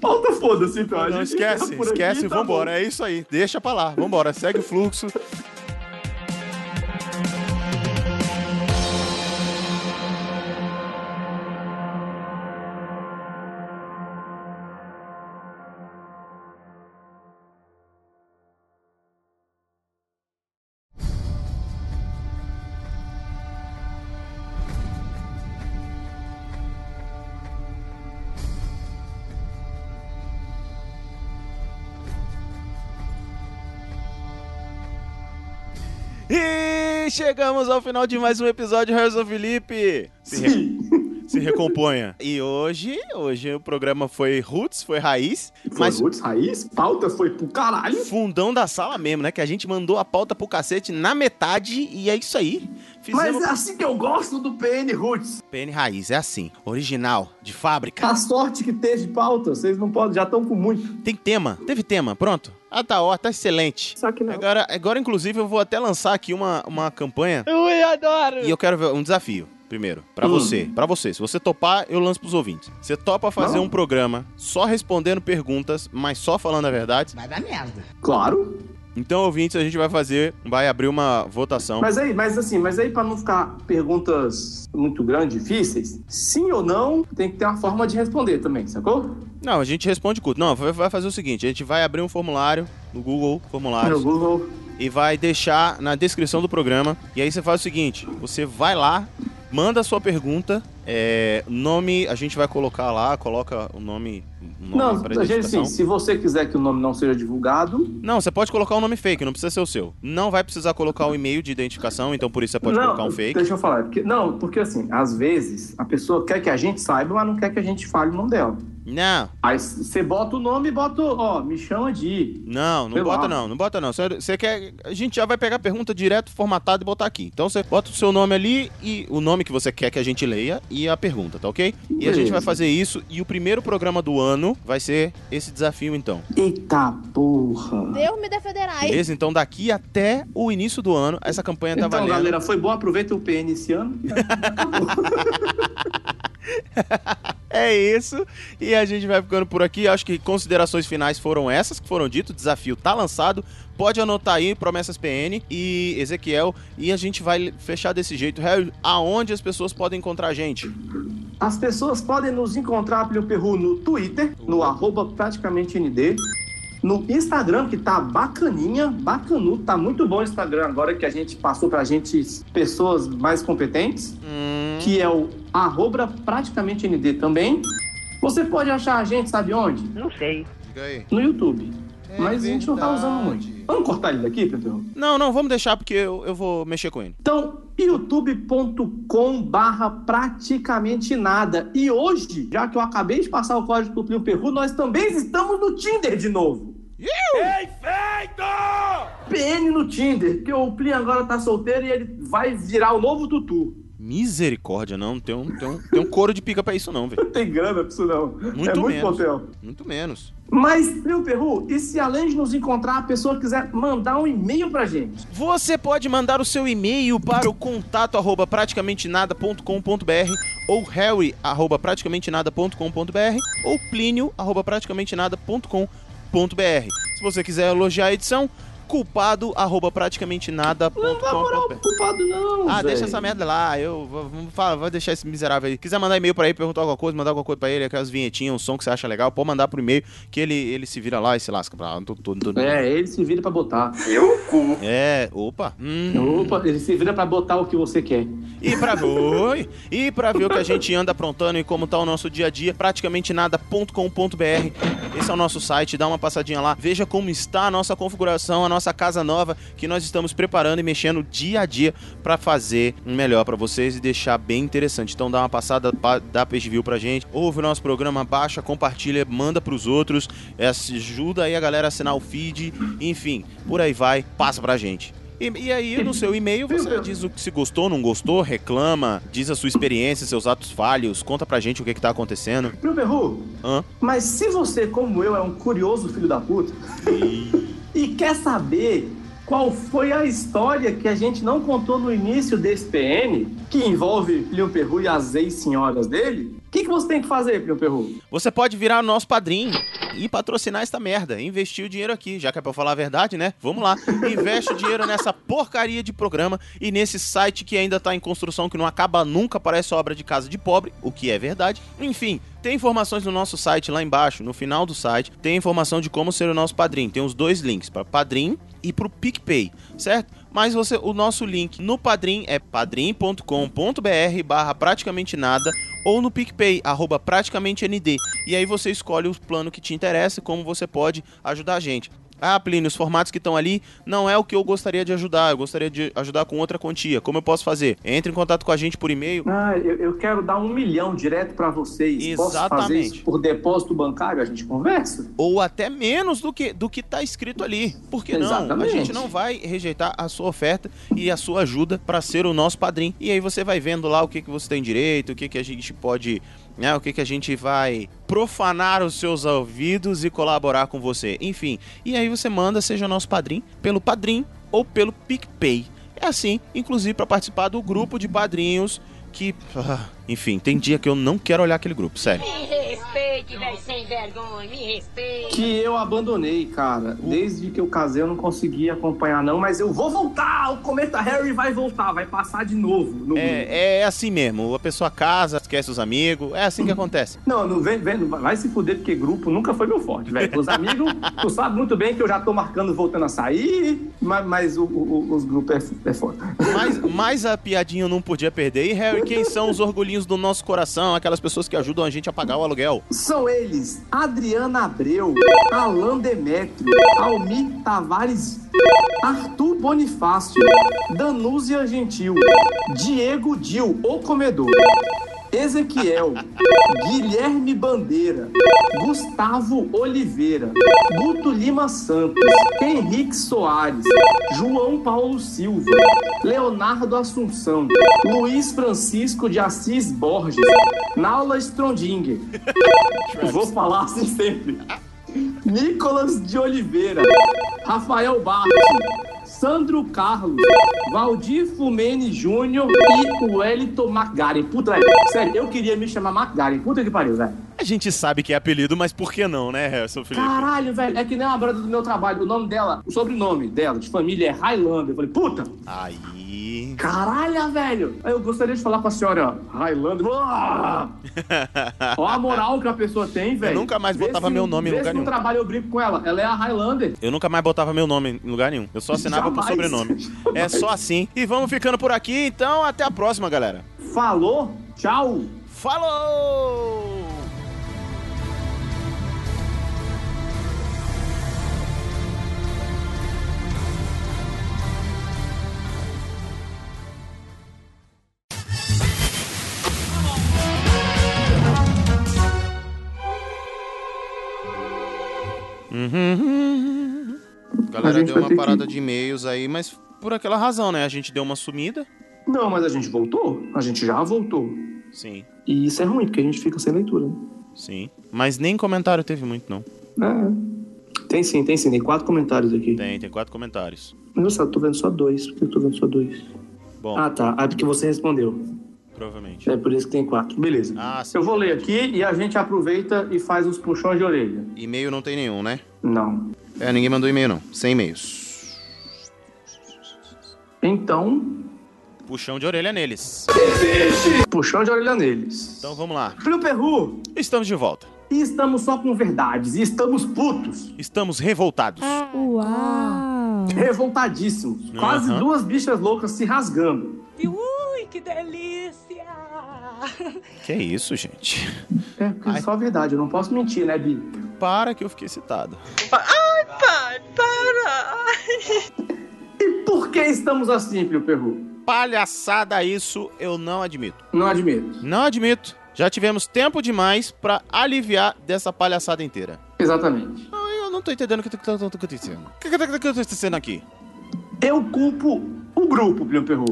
Pauta foda-se, então. A
Não,
gente
esquece,
encerra por aqui,
esquece,
tá
vambora.
bom.
É isso aí. Deixa pra lá, vambora. Segue o fluxo. E chegamos ao final de mais um episódio Harrison Felipe. Se, re... se recomponha. E hoje, hoje o programa foi Roots, foi Raiz.
Foi mas... Roots, Raiz, pauta foi pro caralho.
Fundão da sala mesmo, né? Que a gente mandou a pauta pro cacete na metade e é isso aí.
Fizemos... Mas é assim que eu gosto do PN Roots.
PN Raiz, é assim. Original, de fábrica.
A sorte que teve pauta, vocês não podem, já estão com muito.
Tem tema, teve tema, pronto. Ah, tá, ó, tá excelente.
Só que não.
Agora, agora inclusive, eu vou até lançar aqui uma, uma campanha.
Ui, adoro!
E eu quero ver um desafio. Primeiro, para hum. você, para você. Se você topar, eu lanço pros ouvintes. Você topa fazer não. um programa só respondendo perguntas, mas só falando a verdade?
Vai dar merda.
Claro.
Então, ouvintes, a gente vai fazer, vai abrir uma votação.
Mas aí, mas assim, mas aí para não ficar perguntas muito grandes, difíceis, sim ou não, tem que ter uma forma de responder também, sacou?
Não, a gente responde curto. Não, vai fazer o seguinte, a gente vai abrir um formulário no Google, formulário.
No Google.
E vai deixar na descrição do programa. E aí você faz o seguinte, você vai lá, manda a sua pergunta, é, nome a gente vai colocar lá, coloca o nome. O nome
não, pra gente, sim, se você quiser que o nome não seja divulgado.
Não, você pode colocar o um nome fake, não precisa ser o seu. Não vai precisar colocar o um e-mail de identificação, então por isso você pode
não,
colocar um fake.
Deixa eu falar, porque, não, porque assim, às vezes a pessoa quer que a gente saiba, mas não quer que a gente fale o nome dela.
Não.
Aí você bota o nome e bota, ó, me chama de.
Não, não Sei bota lá. não, não bota não. Você quer. A gente já vai pegar a pergunta direto, formatada e botar aqui. Então você bota o seu nome ali e o nome que você quer que a gente leia e a pergunta, tá ok? E Beleza. a gente vai fazer isso e o primeiro programa do ano vai ser esse desafio então.
Eita porra!
Tá
Deus me defenderá, hein?
Beleza, então daqui até o início do ano, essa campanha tá
então,
valendo.
Então, galera, foi bom, aproveita o PN esse ano.
é isso. E a gente vai ficando por aqui. Acho que considerações finais foram essas que foram dito. O desafio tá lançado. Pode anotar aí, Promessas PN e Ezequiel. E a gente vai fechar desse jeito. Harry, aonde as pessoas podem encontrar a gente?
As pessoas podem nos encontrar pelo Perru no Twitter, no arroba praticamente ND. No Instagram, que tá bacaninha, bacanudo, tá muito bom o Instagram agora que a gente passou pra gente pessoas mais competentes, hum. que é o arroba praticamente ND também. Você pode achar a gente, sabe onde?
Não sei.
Diga aí. No YouTube. É Mas verdade. a gente não tá usando muito. Vamos cortar ele daqui, Pedro?
Não, não, vamos deixar porque eu, eu vou mexer com ele.
Então, youtube.com barra praticamente nada. E hoje, já que eu acabei de passar o código do Plio Peru, nós também estamos no Tinder de novo.
Perfeito!
PN no Tinder, que o Plin agora tá solteiro e ele vai virar o novo Tutu.
Misericórdia, não. Tem um, tem um, tem um couro de pica pra isso, não, velho.
tem grana pra isso, não.
Muito
é
menos.
Muito, hotel.
muito menos.
Mas, Plio Peru, e se além de nos encontrar, a pessoa quiser mandar um e-mail pra gente?
Você pode mandar o seu e-mail para o contato arroba praticamente nada.com.br ou harry arroba praticamente nada.com.br ou plínio arroba praticamente nada.com.br. Se você quiser elogiar a edição, culpado arroba praticamente nada.
Não vai morar o culpado, não.
Ah,
véio.
deixa essa merda lá. Eu vou, vou deixar esse miserável aí. Quiser mandar e-mail pra ele, perguntar alguma coisa, mandar alguma coisa pra ele, aquelas vinhetinhas, um som que você acha legal, pode mandar pro e-mail que ele, ele se vira lá e se lasca. Pra... Tô, tô, tô,
é, ele se vira pra botar.
Eu cu.
É, opa.
Hum. Opa, ele se vira pra botar o que você quer.
E pra ver. e pra ver o que a gente anda aprontando e como tá o nosso dia a dia, praticamente nada.com.br. Esse é o nosso site, dá uma passadinha lá, veja como está a nossa configuração, a nossa casa nova que nós estamos preparando e mexendo dia a dia para fazer um melhor para vocês e deixar bem interessante. Então dá uma passada, dá page view pra gente, ouve o nosso programa, baixa, compartilha, manda pros outros, é, ajuda aí a galera a assinar o feed, enfim, por aí vai, passa pra gente. E, e, aí, no seu e-mail, você diz o que se gostou, não gostou, reclama, diz a sua experiência, seus atos falhos, conta pra gente o que, que tá acontecendo.
Pro Berru,
Hã?
mas se você, como eu, é um curioso filho da puta e... e quer saber qual foi a história que a gente não contou no início desse PN, que envolve Plio Perru e as ex-senhoras dele, o que, que você tem que fazer, Plio Perru?
Você pode virar nosso padrinho e patrocinar esta merda. Investir o dinheiro aqui, já que é pra falar a verdade, né? Vamos lá. Investe o dinheiro nessa porcaria de programa e nesse site que ainda tá em construção, que não acaba nunca, parece obra de casa de pobre, o que é verdade. Enfim, tem informações no nosso site lá embaixo, no final do site, tem informação de como ser o nosso padrinho. Tem os dois links, para padrinho e pro PicPay, certo? Mas você, o nosso link no Padrim é padrim.com.br barra praticamente nada ou no PicPay, arroba praticamente ND. E aí você escolhe o plano que te interessa e como você pode ajudar a gente. Ah, Plínio, os formatos que estão ali não é o que eu gostaria de ajudar. Eu gostaria de ajudar com outra quantia. Como eu posso fazer? Entre em contato com a gente por e-mail.
Ah, eu, eu quero dar um milhão direto pra vocês. Posso fazer
Exatamente.
isso por depósito bancário? A gente conversa?
Ou até menos do que do que tá escrito ali. Por que não?
Exatamente.
A gente não vai rejeitar a sua oferta e a sua ajuda para ser o nosso padrinho. E aí você vai vendo lá o que, que você tem direito, o que, que a gente pode. Né, o que, que a gente vai profanar os seus ouvidos e colaborar com você. Enfim. E aí você manda, seja nosso padrinho, pelo padrinho ou pelo PicPay. É assim, inclusive, para participar do grupo de padrinhos que. ah, enfim, tem dia que eu não quero olhar aquele grupo, sério.
Me respeite, velho, sem vergonha, me respeite.
Que eu abandonei, cara. Desde que eu casei, eu não consegui acompanhar, não, mas eu vou voltar! O Cometa Harry vai voltar, vai passar de novo no mundo.
É, é assim mesmo, a pessoa casa, esquece os amigos, é assim que acontece.
Não, não vem, vem, não vai- vai se fuder, porque grupo nunca foi meu forte, velho. Os amigos, tu sabe muito bem que eu já tô marcando voltando a sair, mas, mas o- o- os grupos é, é foda.
Mas, mas a piadinha eu não podia perder. E Harry, quem são os orgulhinhos do nosso coração? Aquelas pessoas que ajudam a gente a pagar o aluguel.
São eles, Adriana Abreu, Alan Demetrio, Almir Tavares, Arthur Bonifácio, Danúzia Gentil, Diego Dil, o comedor, Ezequiel, Guilherme Bandeira, Gustavo Oliveira, Guto Lima Santos, Henrique Soares, João Paulo Silva, Leonardo Assunção, Luiz Francisco de Assis Borges, Naula Strondinger. Vou falar assim sempre. Nicolas de Oliveira, Rafael Barros, Sandro Carlos, Valdir Fumene Júnior e Wellington McGaren. Puta, velho, sério, eu queria me chamar McGaren. Puta que pariu, velho.
A gente sabe que é apelido, mas por que não, né, Harrison Felipe?
Caralho, velho, é que nem uma brother do meu trabalho. O nome dela, o sobrenome dela, de família é Highlander. Eu falei, puta!
Aí.
Caralho, velho! Aí Eu gostaria de falar com a senhora Highlander. Ah! Ó a moral que a pessoa tem, velho.
Eu nunca mais
Vê
botava
se-
meu nome em
vê
lugar
se
nenhum.
no trabalho eu brigo com ela. Ela é a Highlander.
Eu nunca mais botava meu nome em lugar nenhum. Eu só assinava por
Jamais.
sobrenome. É só assim. E vamos ficando por aqui, então até a próxima, galera.
Falou, tchau.
Falou! Uhum. Galera,
gente
deu
vai
uma
ter que-
parada de e-mails aí, mas por aquela razão, né? A gente deu uma sumida.
Não, mas a gente voltou. A gente já voltou.
Sim.
E isso é ruim, porque a gente fica sem leitura.
Sim. Mas nem comentário teve muito, não.
É. Tem sim, tem sim. Tem quatro comentários aqui.
Tem, tem quatro comentários.
Nossa, eu tô vendo só dois. Por que eu tô vendo só dois?
Bom.
Ah, tá. Ah, porque você respondeu.
Provavelmente.
É por isso que tem quatro. Beleza.
Ah, sim.
eu vou ler aqui e a gente aproveita e faz os puxões de orelha.
E-mail não tem nenhum, né?
Não.
É, ninguém mandou e-mail, não. Sem e-mails.
Então,
Puxão de orelha neles.
puxão de orelha neles.
Então vamos lá.
Frio Perru,
Estamos de volta.
e estamos só com verdades, e estamos putos.
Estamos revoltados.
Uau! Revoltadíssimos.
Uhum.
Quase
Aham.
duas bichas loucas se rasgando.
Ui, que delícia!
Que isso, gente?
É, porque é só verdade, eu não posso mentir, né, Bi?
Para que eu fiquei excitado.
Ai, pai, para!
E por que estamos assim, Frio Perru?
Palhaçada isso, eu não admito.
Não admito.
Não admito. Já tivemos tempo demais pra aliviar dessa palhaçada inteira.
Exatamente.
Ah, Eu não tô entendendo o que tá tá- tá acontecendo. O que tá tá- tá acontecendo aqui?
Eu culpo o grupo, Frio Perru.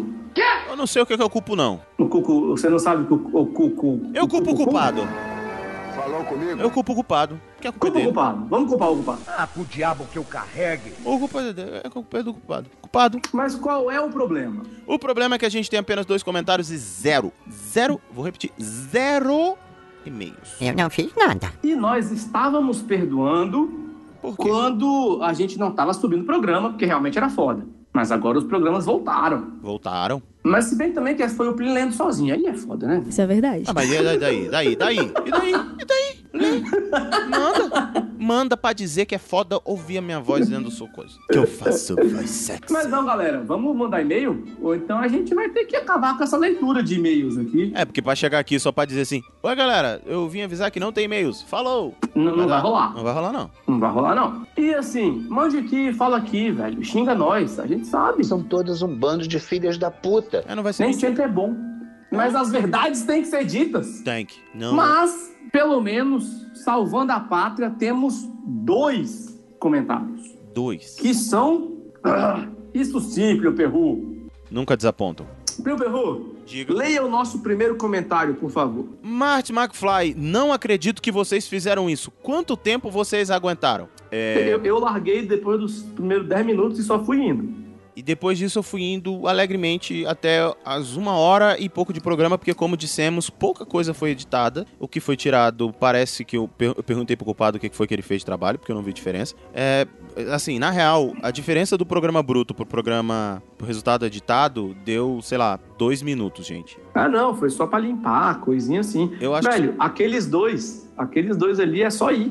Eu não sei o que que eu culpo, não.
O cucu, você não sabe que o cu- o cucu.
Eu culpo o culpado.
Falou comigo?
Eu culpo o culpado. Que é culpa
Culpa o
dele.
culpado. Vamos culpar o culpado.
Ah, pro diabo que eu carregue. O culpa é dele. É culpa do culpado. Culpado.
Mas qual é o problema?
O problema é que a gente tem apenas dois comentários e zero. Zero, vou repetir, zero e-mails.
Eu não fiz nada. E nós estávamos perdoando quando a gente não estava subindo o programa, porque realmente era foda. Mas agora os programas voltaram.
Voltaram.
Mas se bem também que foi o Plínio lendo sozinho. Aí é foda, né?
Isso é verdade.
Ah, mas e daí, daí, daí, daí? E daí? E daí? Nada. manda pra dizer que é foda ouvir a minha voz dentro do seu coisa. Que eu faço voz sexy.
Mas não, galera, vamos mandar e-mail? Ou então a gente vai ter que acabar com essa leitura de e-mails aqui.
É, porque pra chegar aqui só pra dizer assim, oi galera, eu vim avisar que não tem e-mails. Falou!
Não, não vai
dar-
rolar.
Não vai rolar, não.
Não vai rolar, não. E assim, mande aqui, fala aqui, velho. Xinga nós, a gente sabe. São todos um bando de filhas da puta.
É, não vai ser
Nem
mentira.
sempre é bom. Mas as verdades têm que ser ditas.
Tank. Não.
Mas, pelo menos, salvando a pátria, temos dois comentários.
Dois.
Que são. Ah, Isso sim, Pio Perru.
Nunca desapontam.
Pio Perru, leia o nosso primeiro comentário, por favor.
Marty McFly, não acredito que vocês fizeram isso. Quanto tempo vocês aguentaram? É...
Eu, eu larguei depois dos primeiros 10 minutos e só fui indo.
E depois disso eu fui indo alegremente até as uma hora e pouco de programa, porque como dissemos, pouca coisa foi editada. O que foi tirado, parece que eu, per- eu perguntei pro culpado o que que foi que ele fez de trabalho, porque eu não vi diferença. É, assim, na real, a diferença do programa bruto pro programa, pro resultado editado, deu, sei lá, dois minutos, gente.
Ah, não, foi só pra limpar, coisinha assim.
Eu acho
Velho, aqueles dois, aqueles dois ali é só ir.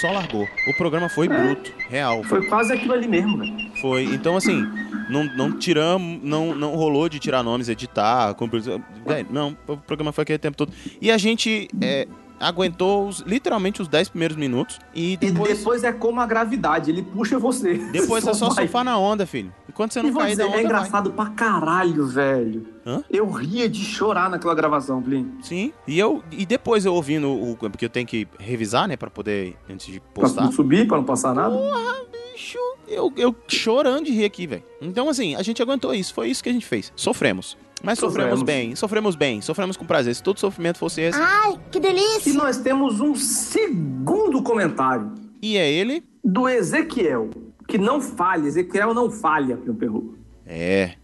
Só largou. O programa foi bruto, real.
Foi quase aquilo ali mesmo, velho.
Foi. Então, assim, não, não tiramos. Não, não rolou de tirar nomes, editar, cumprir. Velho, não, o programa foi aquele tempo todo. E a gente é, aguentou os- literalmente os 10 primeiros minutos. E depois,
Depois é como a gravidade, ele puxa você.
depois é só
vai.
surfar na onda, filho. Enquanto você
E
não
vou
cair
dizer,
da onda.
é
vai.
engraçado pra caralho, velho. Eu ria de chorar naquela gravação, Plin.
Sim. E eu e depois eu ouvindo o porque eu tenho que revisar, né, Pra poder antes de
Pra
postar.
não subir, pra não passar nada.
Porra, bicho, eu, eu chorando de rir aqui, velho. Então assim, a gente aguentou isso, foi isso que a gente fez. Sofremos. Mas sofremos,
Sofremos.
bem, sofremos bem, sofremos com prazer. Se todo sofrimento fosse esse.
Ai, que delícia! E nós temos um segundo comentário.
E é ele?
Do Ezequiel. Que não falha, Ezequiel não falha, meu perro.
É.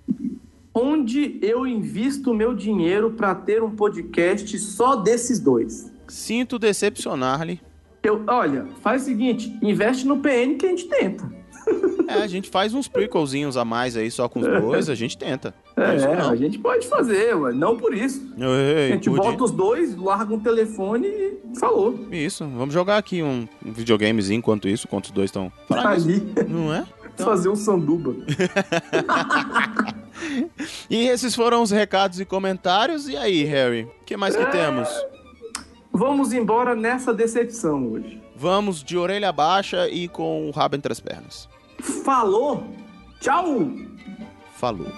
Onde eu invisto meu dinheiro pra ter um podcast só desses dois?
Sinto decepcionar-lhe.
Eu, olha, faz o seguinte, investe no PN que a gente tenta.
É, a gente faz uns prequelzinhos a mais aí só com os dois, a gente tenta.
É,
isso não.
a gente pode fazer, mas não por isso.
Ei,
a gente
pude.
bota os dois, larga um telefone e falou.
Isso, vamos jogar aqui um, um videogamezinho enquanto isso, enquanto os dois estão.
Tá Ali.
Não é?
Fazer um sanduba.
E esses foram os recados e comentários. E aí, Harry? O que mais que
É.
temos?
Vamos embora nessa decepção hoje.
Vamos de orelha baixa e com o rabo entre as pernas.
Falou! Tchau!
Falou.